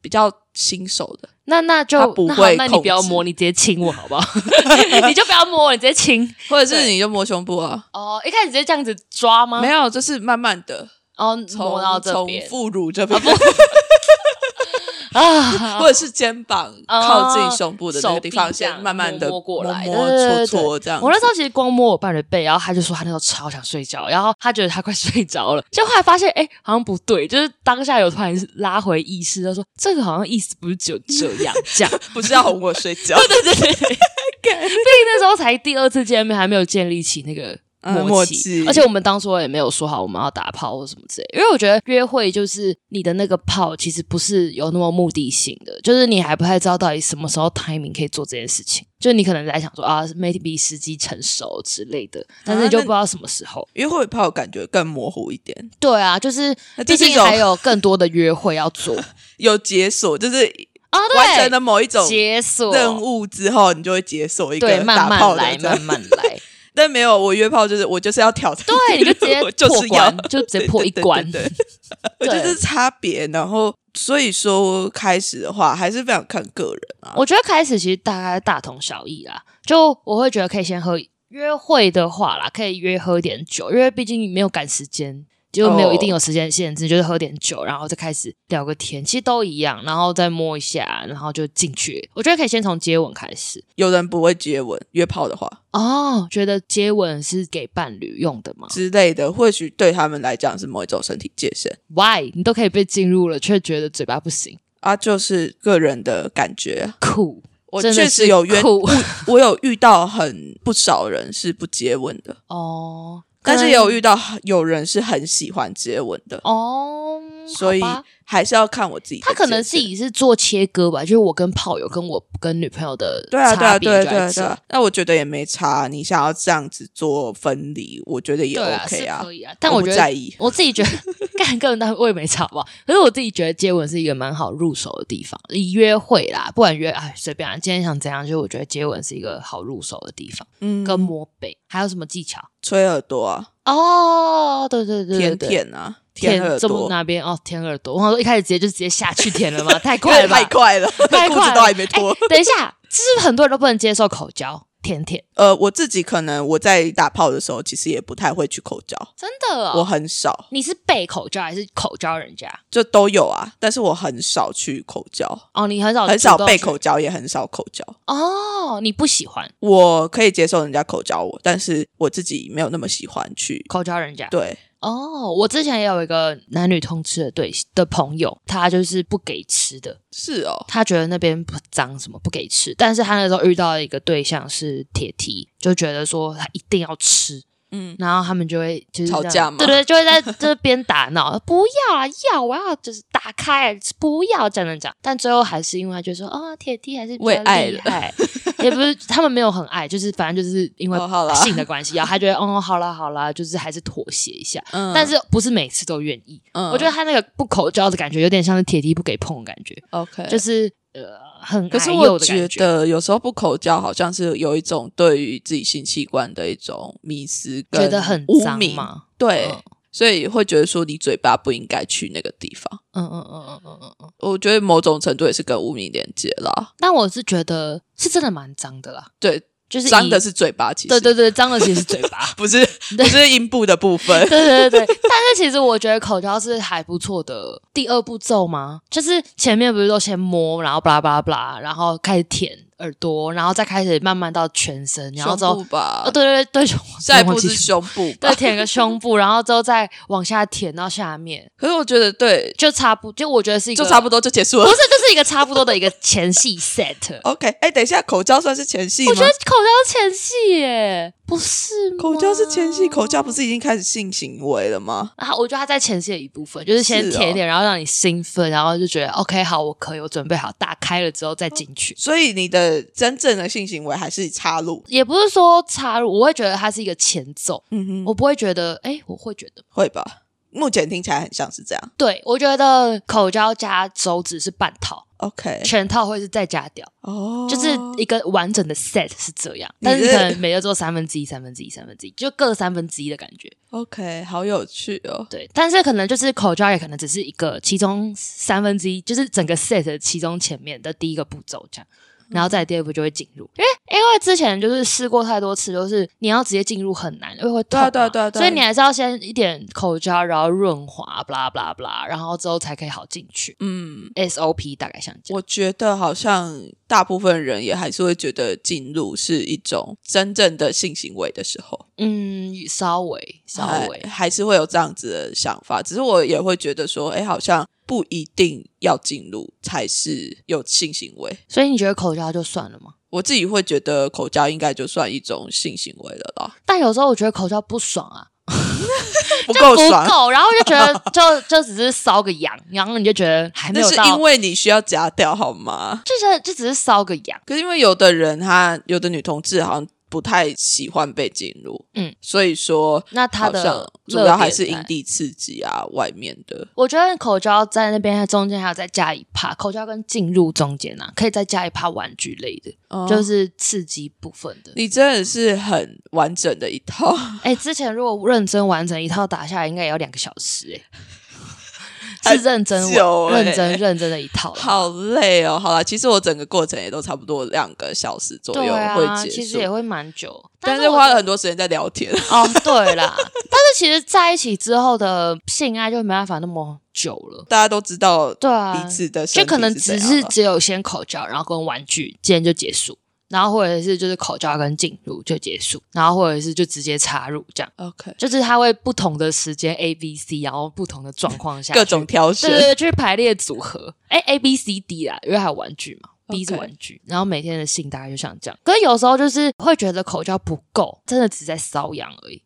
[SPEAKER 2] 比较新手的，
[SPEAKER 1] 那那就
[SPEAKER 2] 他不
[SPEAKER 1] 那好
[SPEAKER 2] 会
[SPEAKER 1] 那你
[SPEAKER 2] 控
[SPEAKER 1] 不要
[SPEAKER 2] 制
[SPEAKER 1] 摸，你直接亲我好不 好？你就不要摸我，你直接亲。
[SPEAKER 2] 或者是
[SPEAKER 1] 对
[SPEAKER 2] 你就摸胸部啊，
[SPEAKER 1] 哦，一开始直接这样子抓吗？
[SPEAKER 2] 没有，就是慢慢的
[SPEAKER 1] 哦，
[SPEAKER 2] 从
[SPEAKER 1] 摸到这
[SPEAKER 2] 从
[SPEAKER 1] 边
[SPEAKER 2] 副乳这边，
[SPEAKER 1] 啊，
[SPEAKER 2] 或者是肩膀
[SPEAKER 1] 啊
[SPEAKER 2] 靠近胸部的那个
[SPEAKER 1] 手
[SPEAKER 2] 地
[SPEAKER 1] 臂
[SPEAKER 2] 方，
[SPEAKER 1] 这样
[SPEAKER 2] 先慢慢的
[SPEAKER 1] 摸摸过来
[SPEAKER 2] 摸摸
[SPEAKER 1] 对对
[SPEAKER 2] 搓
[SPEAKER 1] 对对
[SPEAKER 2] 搓这样子。
[SPEAKER 1] 我那时候其实光摸我伴侣背，然后他就说他那时候超想睡觉，然后他觉得他快 睡着了，就后来发现哎、诶好像不对，就是当下有突然拉回意识，他说这个好像意思不是只有这样这样，
[SPEAKER 2] 不是要哄我睡 觉，
[SPEAKER 1] 对对对， 所以那时候才第二次见面，还没有建立起那个。
[SPEAKER 2] 嗯
[SPEAKER 1] 呃默
[SPEAKER 2] 默
[SPEAKER 1] 契
[SPEAKER 2] 契，
[SPEAKER 1] 而且我们当初也没有说好我们要打炮或什么之类，因为我觉得约会就是你的那个炮其实不是有那么目的性的，就是你还不太知道到底什么时候 timing 可以做这件事情，就你可能在想说啊，maybe 时机成熟之类的，但是你就
[SPEAKER 2] 那
[SPEAKER 1] 不知道什么时候。
[SPEAKER 2] 约会炮感觉更模糊一点，
[SPEAKER 1] 对啊，就是
[SPEAKER 2] 那这
[SPEAKER 1] 毕
[SPEAKER 2] 是一
[SPEAKER 1] 竟
[SPEAKER 2] 种
[SPEAKER 1] 还有更多的约会要 做
[SPEAKER 2] 有解锁，就是
[SPEAKER 1] 啊，
[SPEAKER 2] 完成
[SPEAKER 1] 对，
[SPEAKER 2] 了某一种
[SPEAKER 1] 解锁
[SPEAKER 2] 任务之后，你就会解锁一
[SPEAKER 1] 对，
[SPEAKER 2] 个
[SPEAKER 1] 慢
[SPEAKER 2] 打炮
[SPEAKER 1] 慢
[SPEAKER 2] 的
[SPEAKER 1] 来，
[SPEAKER 2] 这样
[SPEAKER 1] 慢慢来。
[SPEAKER 2] 但没有，我约炮就是我就是要挑战，
[SPEAKER 1] 对，你就直接
[SPEAKER 2] 我就
[SPEAKER 1] 破
[SPEAKER 2] 是要
[SPEAKER 1] 关，就直接破一关。
[SPEAKER 2] 对，对对 对我觉得这是差别。然后所以说开始的话，还是非常看个人啊。
[SPEAKER 1] 我觉得开始其实大概大同小异啦，就我会觉得可以先喝约会的话啦，可以约喝一点酒，因为毕竟没有赶时间，就没有一定有时间限制，就是喝点酒，然后再开始聊个天，其实都一样，然后再摸一下，然后就进去。我觉得可以先从接吻开始。
[SPEAKER 2] 有人不会接吻，约炮的话
[SPEAKER 1] 哦，觉得接吻是给伴侣用的吗
[SPEAKER 2] 之类的，或许对他们来讲是某一种身体界限
[SPEAKER 1] ？Why 你都可以被进入了，却觉得嘴巴不行，
[SPEAKER 2] 啊，就是个人的感觉啊。
[SPEAKER 1] 酷。
[SPEAKER 2] 我
[SPEAKER 1] 真的
[SPEAKER 2] 确
[SPEAKER 1] 是
[SPEAKER 2] 实有约，
[SPEAKER 1] 酷
[SPEAKER 2] 我我有遇到很不少人是不接吻的，
[SPEAKER 1] 哦，
[SPEAKER 2] 但是
[SPEAKER 1] 可能
[SPEAKER 2] 也有遇到有人是很喜欢接吻的。
[SPEAKER 1] 哦，
[SPEAKER 2] 所以
[SPEAKER 1] 好吧
[SPEAKER 2] 还是要看我自己的界
[SPEAKER 1] 他
[SPEAKER 2] 限。
[SPEAKER 1] 可能自己是做切割吧，就是我跟炮友跟我跟女朋友的
[SPEAKER 2] 对啊，对
[SPEAKER 1] 差
[SPEAKER 2] 啊，
[SPEAKER 1] 别
[SPEAKER 2] 对啊
[SPEAKER 1] 就
[SPEAKER 2] 对
[SPEAKER 1] 在
[SPEAKER 2] 啊，
[SPEAKER 1] 这
[SPEAKER 2] 对啊。那我觉得也没差，你想要这样子做分离，我觉得也
[SPEAKER 1] 对啊
[SPEAKER 2] OK
[SPEAKER 1] 是
[SPEAKER 2] 啊。
[SPEAKER 1] 可以啊。但
[SPEAKER 2] 我
[SPEAKER 1] 我
[SPEAKER 2] 不
[SPEAKER 1] 觉
[SPEAKER 2] 在
[SPEAKER 1] 得
[SPEAKER 2] 意
[SPEAKER 1] 我自己 觉得干个人单位没吵吧，可是我自己觉得接吻是一个蛮好入手的地方，以约会啦，不管约哎随便啊，今天想怎样，就我觉得接吻是一个好入手的地方，
[SPEAKER 2] 嗯，
[SPEAKER 1] 跟摸背还有什么技巧？
[SPEAKER 2] 吹耳朵啊，
[SPEAKER 1] 哦，对对对对
[SPEAKER 2] 舔
[SPEAKER 1] 对。
[SPEAKER 2] 舔啊，
[SPEAKER 1] 舔
[SPEAKER 2] 耳
[SPEAKER 1] 这么
[SPEAKER 2] 朵，
[SPEAKER 1] 那边哦，舔耳朵。我想说一开始直接就直接下去舔 了吗？太
[SPEAKER 2] 因为
[SPEAKER 1] 快了吧，
[SPEAKER 2] 太快了，
[SPEAKER 1] 太
[SPEAKER 2] 裤
[SPEAKER 1] 快
[SPEAKER 2] 子
[SPEAKER 1] 了
[SPEAKER 2] 都还没脱。
[SPEAKER 1] 哎等一下，是不是很多人都不能接受口交？舔舔，
[SPEAKER 2] 呃，我自己可能我在打炮的时候，其实也不太会去口交，
[SPEAKER 1] 真的
[SPEAKER 2] 我
[SPEAKER 1] 哦。
[SPEAKER 2] 很少，
[SPEAKER 1] 你是被口交还是口交人家？
[SPEAKER 2] 就都有啊，但是我很少去口交，
[SPEAKER 1] 哦，你很少
[SPEAKER 2] 很
[SPEAKER 1] 主
[SPEAKER 2] 少
[SPEAKER 1] 动
[SPEAKER 2] 被
[SPEAKER 1] 去
[SPEAKER 2] 口交，也很少口交。
[SPEAKER 1] 哦，你不喜欢
[SPEAKER 2] 我可以接受人家口交我，但是我自己没有那么喜欢去。
[SPEAKER 1] 口交人家？
[SPEAKER 2] 对，
[SPEAKER 1] 哦，我之前也有一个男女通吃的对的朋友，他就是不给吃的，
[SPEAKER 2] 是哦，
[SPEAKER 1] 他觉得那边不脏什么不给吃，但是他那时候遇到一个对象是铁蹄，就觉得说他一定要吃，
[SPEAKER 2] 嗯，
[SPEAKER 1] 然后他们就会就是
[SPEAKER 2] 吵
[SPEAKER 1] 这样
[SPEAKER 2] 架吗
[SPEAKER 1] 对对，就会在这边打闹，不要啊，要我要就是打开，不要这样这样讲，但最后还是因为他就说啊、铁梯还是比较
[SPEAKER 2] 为爱
[SPEAKER 1] 厉
[SPEAKER 2] 了
[SPEAKER 1] 害，也不是他们没有很爱，就是反正就是因为
[SPEAKER 2] 哦 好啦
[SPEAKER 1] 性的关系，然后他觉得哦好啦好啦，就是还是妥协一下，
[SPEAKER 2] 嗯
[SPEAKER 1] 但是不是每次都愿意，我觉得他那个不口交的感觉有点像是铁梯不给碰的感觉，
[SPEAKER 2] OK，
[SPEAKER 1] 就是呃很
[SPEAKER 2] 可是
[SPEAKER 1] 矮
[SPEAKER 2] 我
[SPEAKER 1] 幼的
[SPEAKER 2] 觉
[SPEAKER 1] 感觉。
[SPEAKER 2] 得有时候不口交，好像是有一种对于自己性器官的一种迷思跟
[SPEAKER 1] 觉得很
[SPEAKER 2] 污
[SPEAKER 1] 脏
[SPEAKER 2] 名，
[SPEAKER 1] 吗？
[SPEAKER 2] 对，
[SPEAKER 1] 嗯
[SPEAKER 2] 所以会觉得说你嘴巴不应该去那个地方。
[SPEAKER 1] 嗯嗯嗯嗯嗯嗯嗯。
[SPEAKER 2] 我觉得某种程度也是跟污名连接啦，
[SPEAKER 1] 但我是觉得是真的蛮脏的啦，
[SPEAKER 2] 对，
[SPEAKER 1] 就是以
[SPEAKER 2] 脏的是嘴巴，其实
[SPEAKER 1] 对对对，脏的其实是
[SPEAKER 2] 。
[SPEAKER 1] 嘴巴
[SPEAKER 2] 不是不是阴部的部分
[SPEAKER 1] 对， 对对对，但是其实我觉得口交是还不错的第二步骤吗？就是前面不是都先摸，然后巴拉巴拉巴拉，然后开始舔耳朵，然后再开始慢慢到全身，然后之
[SPEAKER 2] 胸
[SPEAKER 1] 后
[SPEAKER 2] 部吧，
[SPEAKER 1] 哦对对对对，
[SPEAKER 2] 下一步是
[SPEAKER 1] 胸，
[SPEAKER 2] 胸部吧
[SPEAKER 1] 对，舔个胸部，然后之后再往下舔到下面，
[SPEAKER 2] 可是我觉得对，
[SPEAKER 1] 就差不就我觉得是一个
[SPEAKER 2] 就差不
[SPEAKER 1] 多，
[SPEAKER 2] 多就结束
[SPEAKER 1] 不
[SPEAKER 2] 了。
[SPEAKER 1] 是就是一个差不多的一个前戏 set。
[SPEAKER 2] OK，哎、等一下，口交算是前戏吗？
[SPEAKER 1] 我觉得口交前戏耶，不是吗
[SPEAKER 2] 口交是前戏，口交不是已经开始性行为了吗？
[SPEAKER 1] 啊，我觉得他在前戏的一部分，就是先
[SPEAKER 2] 是哦
[SPEAKER 1] 舔一点，然后让你兴奋，然后就觉得 OK，好，我可以，我准备好，打开了之后再进去。
[SPEAKER 2] 所以你的真正的性行为还是插入，
[SPEAKER 1] 也不是说插入，我会觉得它是一个前奏，
[SPEAKER 2] 嗯哼，
[SPEAKER 1] 我不会觉得，哎、我会觉得，
[SPEAKER 2] 会吧？目前听起来很像是这样。
[SPEAKER 1] 对我觉得口交加手指是半套，
[SPEAKER 2] OK，
[SPEAKER 1] 全套会是再加掉，
[SPEAKER 2] 哦，
[SPEAKER 1] 就是一个完整的 set 是这样，
[SPEAKER 2] 你
[SPEAKER 1] 但是
[SPEAKER 2] 是
[SPEAKER 1] 可能每个做三分之一、三分之一、三分之一，就各三分之一的感觉，
[SPEAKER 2] OK，好有趣哦。
[SPEAKER 1] 对，但是可能就是口交也可能只是一个其中三分之一，就是整个 set 的其中前面的第一个步骤这样。然后再来
[SPEAKER 2] 嗯
[SPEAKER 1] 第二步就会进入，因为因为之前就是试过太多次，就是你要直接进入很难，因为会痛嘛、
[SPEAKER 2] 对啊对啊对啊对啊
[SPEAKER 1] 所以你还是要先一点口交，然后润滑，b 拉 a 拉 b 拉，然后之后才可以好进去。
[SPEAKER 2] 嗯，
[SPEAKER 1] SOP 大概像这样，
[SPEAKER 2] 我觉得好像大部分人也还是会觉得进入是一种真正的性行为的时候，
[SPEAKER 1] 嗯，稍微稍微
[SPEAKER 2] 还，还是会有这样子的想法。只是我也会觉得说，哎，好像不一定要进入才是有性行为。
[SPEAKER 1] 所以你觉得口交就算了吗？
[SPEAKER 2] 我自己会觉得口交应该就算一种性行为了啦，
[SPEAKER 1] 但有时候我觉得口交不爽啊，
[SPEAKER 2] 不
[SPEAKER 1] 就
[SPEAKER 2] 够
[SPEAKER 1] 不
[SPEAKER 2] 爽，
[SPEAKER 1] 够，然后就觉得就就只是搔个痒，然后你就觉得还没
[SPEAKER 2] 那
[SPEAKER 1] 有
[SPEAKER 2] 是
[SPEAKER 1] 到，
[SPEAKER 2] 因为你需要夹掉好吗？
[SPEAKER 1] 就觉得就只是搔个痒，
[SPEAKER 2] 可是因为有的人他有的女同志好像不太喜欢被进入，
[SPEAKER 1] 嗯，
[SPEAKER 2] 所以说
[SPEAKER 1] 那它的
[SPEAKER 2] 好像主
[SPEAKER 1] 热
[SPEAKER 2] 要
[SPEAKER 1] 点
[SPEAKER 2] 还是
[SPEAKER 1] 在
[SPEAKER 2] 营地刺激啊，外面的
[SPEAKER 1] 我觉得口交在那边中间还有再加一趴，口交跟进入中间啊，可以再加一趴玩具类的，就。
[SPEAKER 2] 哦
[SPEAKER 1] 是刺激部分的。
[SPEAKER 2] 你真的是很完整的一套，
[SPEAKER 1] 哎、之前如果认真完成一套打下来，应该也要两个小时哎、
[SPEAKER 2] 很
[SPEAKER 1] 是认真完、
[SPEAKER 2] 久欸
[SPEAKER 1] 认真认真的一套啦。
[SPEAKER 2] 好累哦。好啦，其实我整个过程也都差不多两个小时左
[SPEAKER 1] 对
[SPEAKER 2] 右
[SPEAKER 1] 啊
[SPEAKER 2] 会结束，，
[SPEAKER 1] 其实也会蛮久，
[SPEAKER 2] 但
[SPEAKER 1] 是
[SPEAKER 2] 是
[SPEAKER 1] 我
[SPEAKER 2] 花
[SPEAKER 1] 觉
[SPEAKER 2] 了
[SPEAKER 1] 得
[SPEAKER 2] 很多时间在聊天。
[SPEAKER 1] 哦，对啦， 但是其实在一起之后的性爱就没办法那么久了，
[SPEAKER 2] 大家都知道
[SPEAKER 1] 对啊，
[SPEAKER 2] 彼此的身
[SPEAKER 1] 就
[SPEAKER 2] 体
[SPEAKER 1] 可能
[SPEAKER 2] 怎
[SPEAKER 1] 只
[SPEAKER 2] 样啊
[SPEAKER 1] 是
[SPEAKER 2] 了
[SPEAKER 1] 只有先口交，然后跟玩具，今天就结束，然后或者是就是口交跟进入就结束，然后或者是就直接插入这样，
[SPEAKER 2] OK
[SPEAKER 1] 就是它会不同的时间 A B C，然后不同的状况下
[SPEAKER 2] 各
[SPEAKER 1] 去
[SPEAKER 2] 种挑选。
[SPEAKER 1] 对对对，就是排列组合，哎，A B C D 啦，因为还有玩具嘛。B
[SPEAKER 2] OK
[SPEAKER 1] 是玩具然后每天的性大概就像这样。可是有时候就是会觉得口交不够，真的只在瘙痒而已。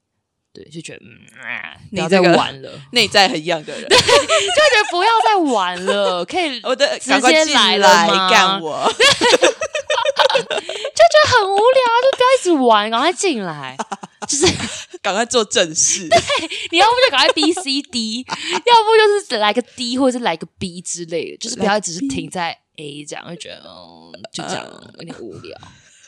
[SPEAKER 1] 对，就觉得嗯，啊不
[SPEAKER 2] 你
[SPEAKER 1] 要再
[SPEAKER 2] 这个
[SPEAKER 1] 玩了，
[SPEAKER 2] 内在很一样的人，
[SPEAKER 1] 就觉得不要再玩了，可 以
[SPEAKER 2] 我的
[SPEAKER 1] 直
[SPEAKER 2] 赶快
[SPEAKER 1] 接
[SPEAKER 2] 进
[SPEAKER 1] 来
[SPEAKER 2] 来
[SPEAKER 1] 了吗
[SPEAKER 2] 干我，
[SPEAKER 1] 就觉得很无聊，啊就不要一直玩，赶快进来。就是
[SPEAKER 2] 赶快做正事。
[SPEAKER 1] 你要不就赶快 B C D，要 不就是来个 D 或者是来个 B 之类的，就是不要只是停在 A 这样，就觉得嗯，就这样有点无 聊。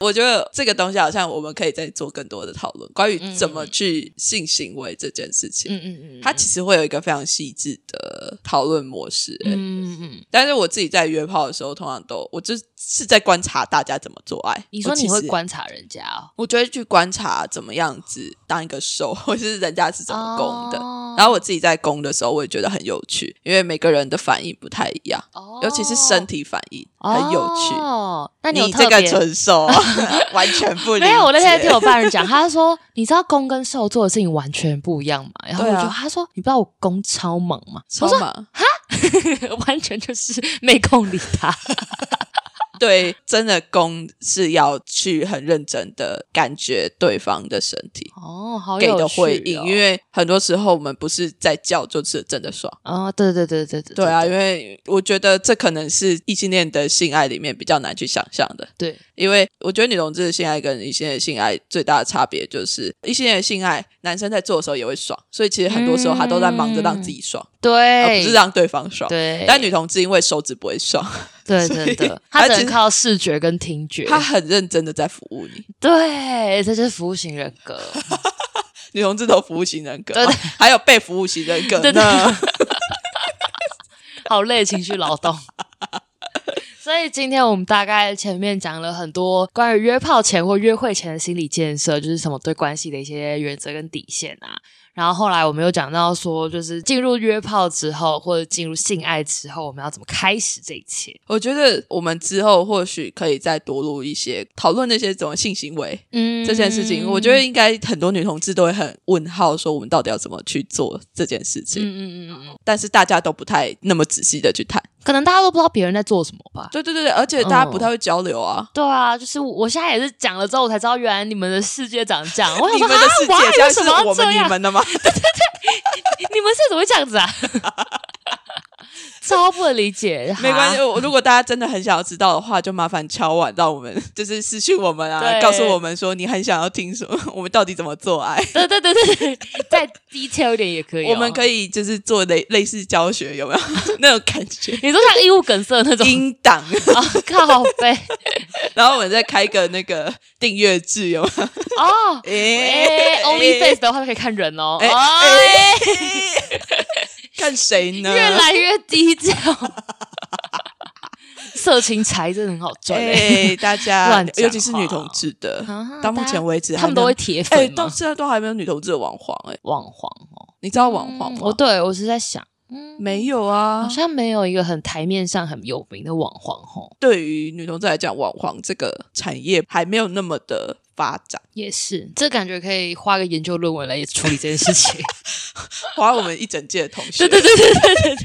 [SPEAKER 2] 我觉得这个东西好像我们可以再做更多的讨论，关于怎么去性行为这件事情。
[SPEAKER 1] 嗯嗯嗯，
[SPEAKER 2] 它其实会有一个非常细致的讨论模式、欸
[SPEAKER 1] 嗯嗯嗯，
[SPEAKER 2] 但是我自己在约炮的时候，通常都我就是在观察大家怎么做爱。
[SPEAKER 1] 你说
[SPEAKER 2] 我其
[SPEAKER 1] 你
[SPEAKER 2] 实
[SPEAKER 1] 会，观察人家哦，
[SPEAKER 2] 我就会去观察怎么样子当一个手， 或是人家是怎么攻的。
[SPEAKER 1] 哦
[SPEAKER 2] 然后我自己在攻的时候，我也觉得很有趣，因为每个人的反应不太一样，
[SPEAKER 1] 哦
[SPEAKER 2] 尤其是身体反应、很有趣。
[SPEAKER 1] 哦，那你有
[SPEAKER 2] 你
[SPEAKER 1] 特
[SPEAKER 2] 这个
[SPEAKER 1] 别
[SPEAKER 2] 纯 熟，完全不理解。
[SPEAKER 1] 没有，我那天听我伴人讲，他说你知道公跟受做的事情完全不一样嘛？然后我就、
[SPEAKER 2] 对啊
[SPEAKER 1] 他说你不知道我公超忙吗？
[SPEAKER 2] 超忙，
[SPEAKER 1] 完全就是没空理他。
[SPEAKER 2] 对，真的攻是要去很认真的感觉对方的身体。
[SPEAKER 1] 哦，好
[SPEAKER 2] 给
[SPEAKER 1] 有
[SPEAKER 2] 的
[SPEAKER 1] 趣
[SPEAKER 2] 回应，
[SPEAKER 1] 哦
[SPEAKER 2] 因为很多时候我们不是在叫，就是真的爽。
[SPEAKER 1] 哦，对对对对对
[SPEAKER 2] 对啊，因为我觉得这可能是异性恋的性爱里面比较难去想象的，
[SPEAKER 1] 对，
[SPEAKER 2] 因为我觉得女同志的性爱跟异性恋的性爱最大的差别就是，异性恋的性爱男生在做的时候也会爽，所以其实很多时候他都在忙着让自己爽，
[SPEAKER 1] 对，
[SPEAKER 2] 哦而不是让对方爽。
[SPEAKER 1] 嗯哎对，
[SPEAKER 2] 但女同志因为手指不会爽，
[SPEAKER 1] 对
[SPEAKER 2] 所
[SPEAKER 1] 对
[SPEAKER 2] 以
[SPEAKER 1] 对，他只
[SPEAKER 2] 而
[SPEAKER 1] 能
[SPEAKER 2] 且
[SPEAKER 1] 靠视觉跟听觉，
[SPEAKER 2] 她很认真的在服务你。
[SPEAKER 1] 对，这就是服务型人 格。
[SPEAKER 2] 女同志都服务型人格
[SPEAKER 1] 对
[SPEAKER 2] 嘛，还有被服务型人格
[SPEAKER 1] 对对
[SPEAKER 2] 呢。
[SPEAKER 1] 好累，情绪劳动。 所以今天我们大概前面讲了很多关于约炮前或约会前的心理建设，就是什么对关系的一些原则跟底线啊。然后后来我们又讲到说，就是进入约炮之后，或者进入性爱之后，我们要怎么开始这一切？
[SPEAKER 2] 我觉得我们之后或许可以再多录一些讨论那些怎么性行为
[SPEAKER 1] 嗯
[SPEAKER 2] 这件事情。我觉得，应该很多女同志都会很问号，说我们到底要怎么去做这件事
[SPEAKER 1] 嗯
[SPEAKER 2] 情。
[SPEAKER 1] 嗯嗯嗯，
[SPEAKER 2] 但是大家都不太那么仔细的去谈。
[SPEAKER 1] 可能大家都不知道别人在做什么吧。
[SPEAKER 2] 对对对对，而且大家不太会交流啊。
[SPEAKER 1] 对啊，就是我我现在也是讲了之后，我才知道原来你们的世界长这 样。我想
[SPEAKER 2] 你
[SPEAKER 1] 说
[SPEAKER 2] 们的世
[SPEAKER 1] 啊哇
[SPEAKER 2] 界
[SPEAKER 1] 为
[SPEAKER 2] 像
[SPEAKER 1] 什
[SPEAKER 2] 是
[SPEAKER 1] 么要
[SPEAKER 2] 我
[SPEAKER 1] 这
[SPEAKER 2] 们
[SPEAKER 1] 样
[SPEAKER 2] 你们的吗？
[SPEAKER 1] 你们是怎么会这样子啊？ 超不能理解，
[SPEAKER 2] 没 关系，
[SPEAKER 1] 哈。
[SPEAKER 2] 我如果大家真的很想要知道的话，就麻烦敲碗让我们，就是私信我们啊，
[SPEAKER 1] 对
[SPEAKER 2] 告诉我们说你很想要听什么， 我们到底怎么做爱。
[SPEAKER 1] 对对对对对，再 detail 一点也可以、哦
[SPEAKER 2] 我们可
[SPEAKER 1] 以，
[SPEAKER 2] 以就是做类类似教学，有没有 那种感觉？
[SPEAKER 1] 你说像义务梗塞那种
[SPEAKER 2] 音档，
[SPEAKER 1] 啊，靠背
[SPEAKER 2] 然后我们再开个那个订阅制，有吗？
[SPEAKER 1] 哦。哎，Only Face 的话就可以看人哦，
[SPEAKER 2] 哎嗯
[SPEAKER 1] 哎，
[SPEAKER 2] 看谁呢？
[SPEAKER 1] 越来越低调。色情财真的很好赚欸，
[SPEAKER 2] 哎，大家
[SPEAKER 1] 乱讲话
[SPEAKER 2] 尤其是女同志的
[SPEAKER 1] 啊，
[SPEAKER 2] 到目前为止
[SPEAKER 1] 他们都会铁
[SPEAKER 2] 还没有哎，
[SPEAKER 1] 粉
[SPEAKER 2] 到
[SPEAKER 1] 吗？
[SPEAKER 2] 现在都还没有女同志的网黄哎，
[SPEAKER 1] 网黄哦，
[SPEAKER 2] 你知道网黄
[SPEAKER 1] 嗯
[SPEAKER 2] 吗？
[SPEAKER 1] 我对我是在想，嗯，
[SPEAKER 2] 没有啊
[SPEAKER 1] 好。像没有一个很台面上很有名的网黄哦，
[SPEAKER 2] 对于女同志来讲，网黄这个产业还没有那么的发展，
[SPEAKER 1] 也是，这感觉可以画个研究论文来处理这件事情。
[SPEAKER 2] 花我们一整届的同 学，
[SPEAKER 1] 对对对对对，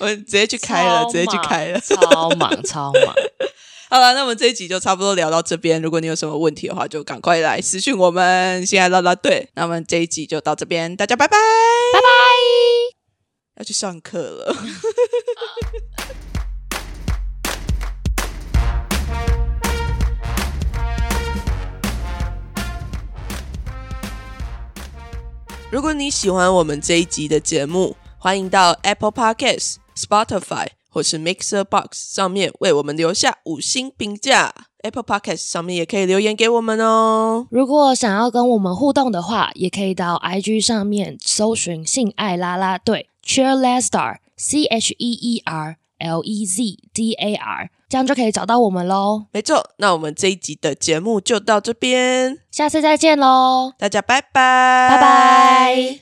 [SPEAKER 2] 我们直接去开了，直
[SPEAKER 1] 超
[SPEAKER 2] 接去
[SPEAKER 1] 忙
[SPEAKER 2] 开了。
[SPEAKER 1] 超忙超忙，
[SPEAKER 2] 好了，那我们这一集就差不多聊到这边。如果你有什么问题的话，就赶快来私讯我们现在啦啦队。那我们这一集就到这边，大家拜拜，
[SPEAKER 1] 拜拜。
[SPEAKER 2] 要去上课了。 如果你喜欢我们这一集的节目，欢迎到 Apple Podcasts、Spotify 或是 Mixer Box 上面为我们留下五星评价。Apple Podcasts 上面也可以留言给我们哦。
[SPEAKER 1] 如果想要跟我们互动的话，也可以到 IG 上面搜寻“性爱啦啦队 ”（Cheerleader C H E E R L E Z D A R），这样就可以找到我们喽。
[SPEAKER 2] 没错，那我们这一集的节目就到这边，
[SPEAKER 1] 下次再见喽，
[SPEAKER 2] 大家拜拜，
[SPEAKER 1] 拜拜。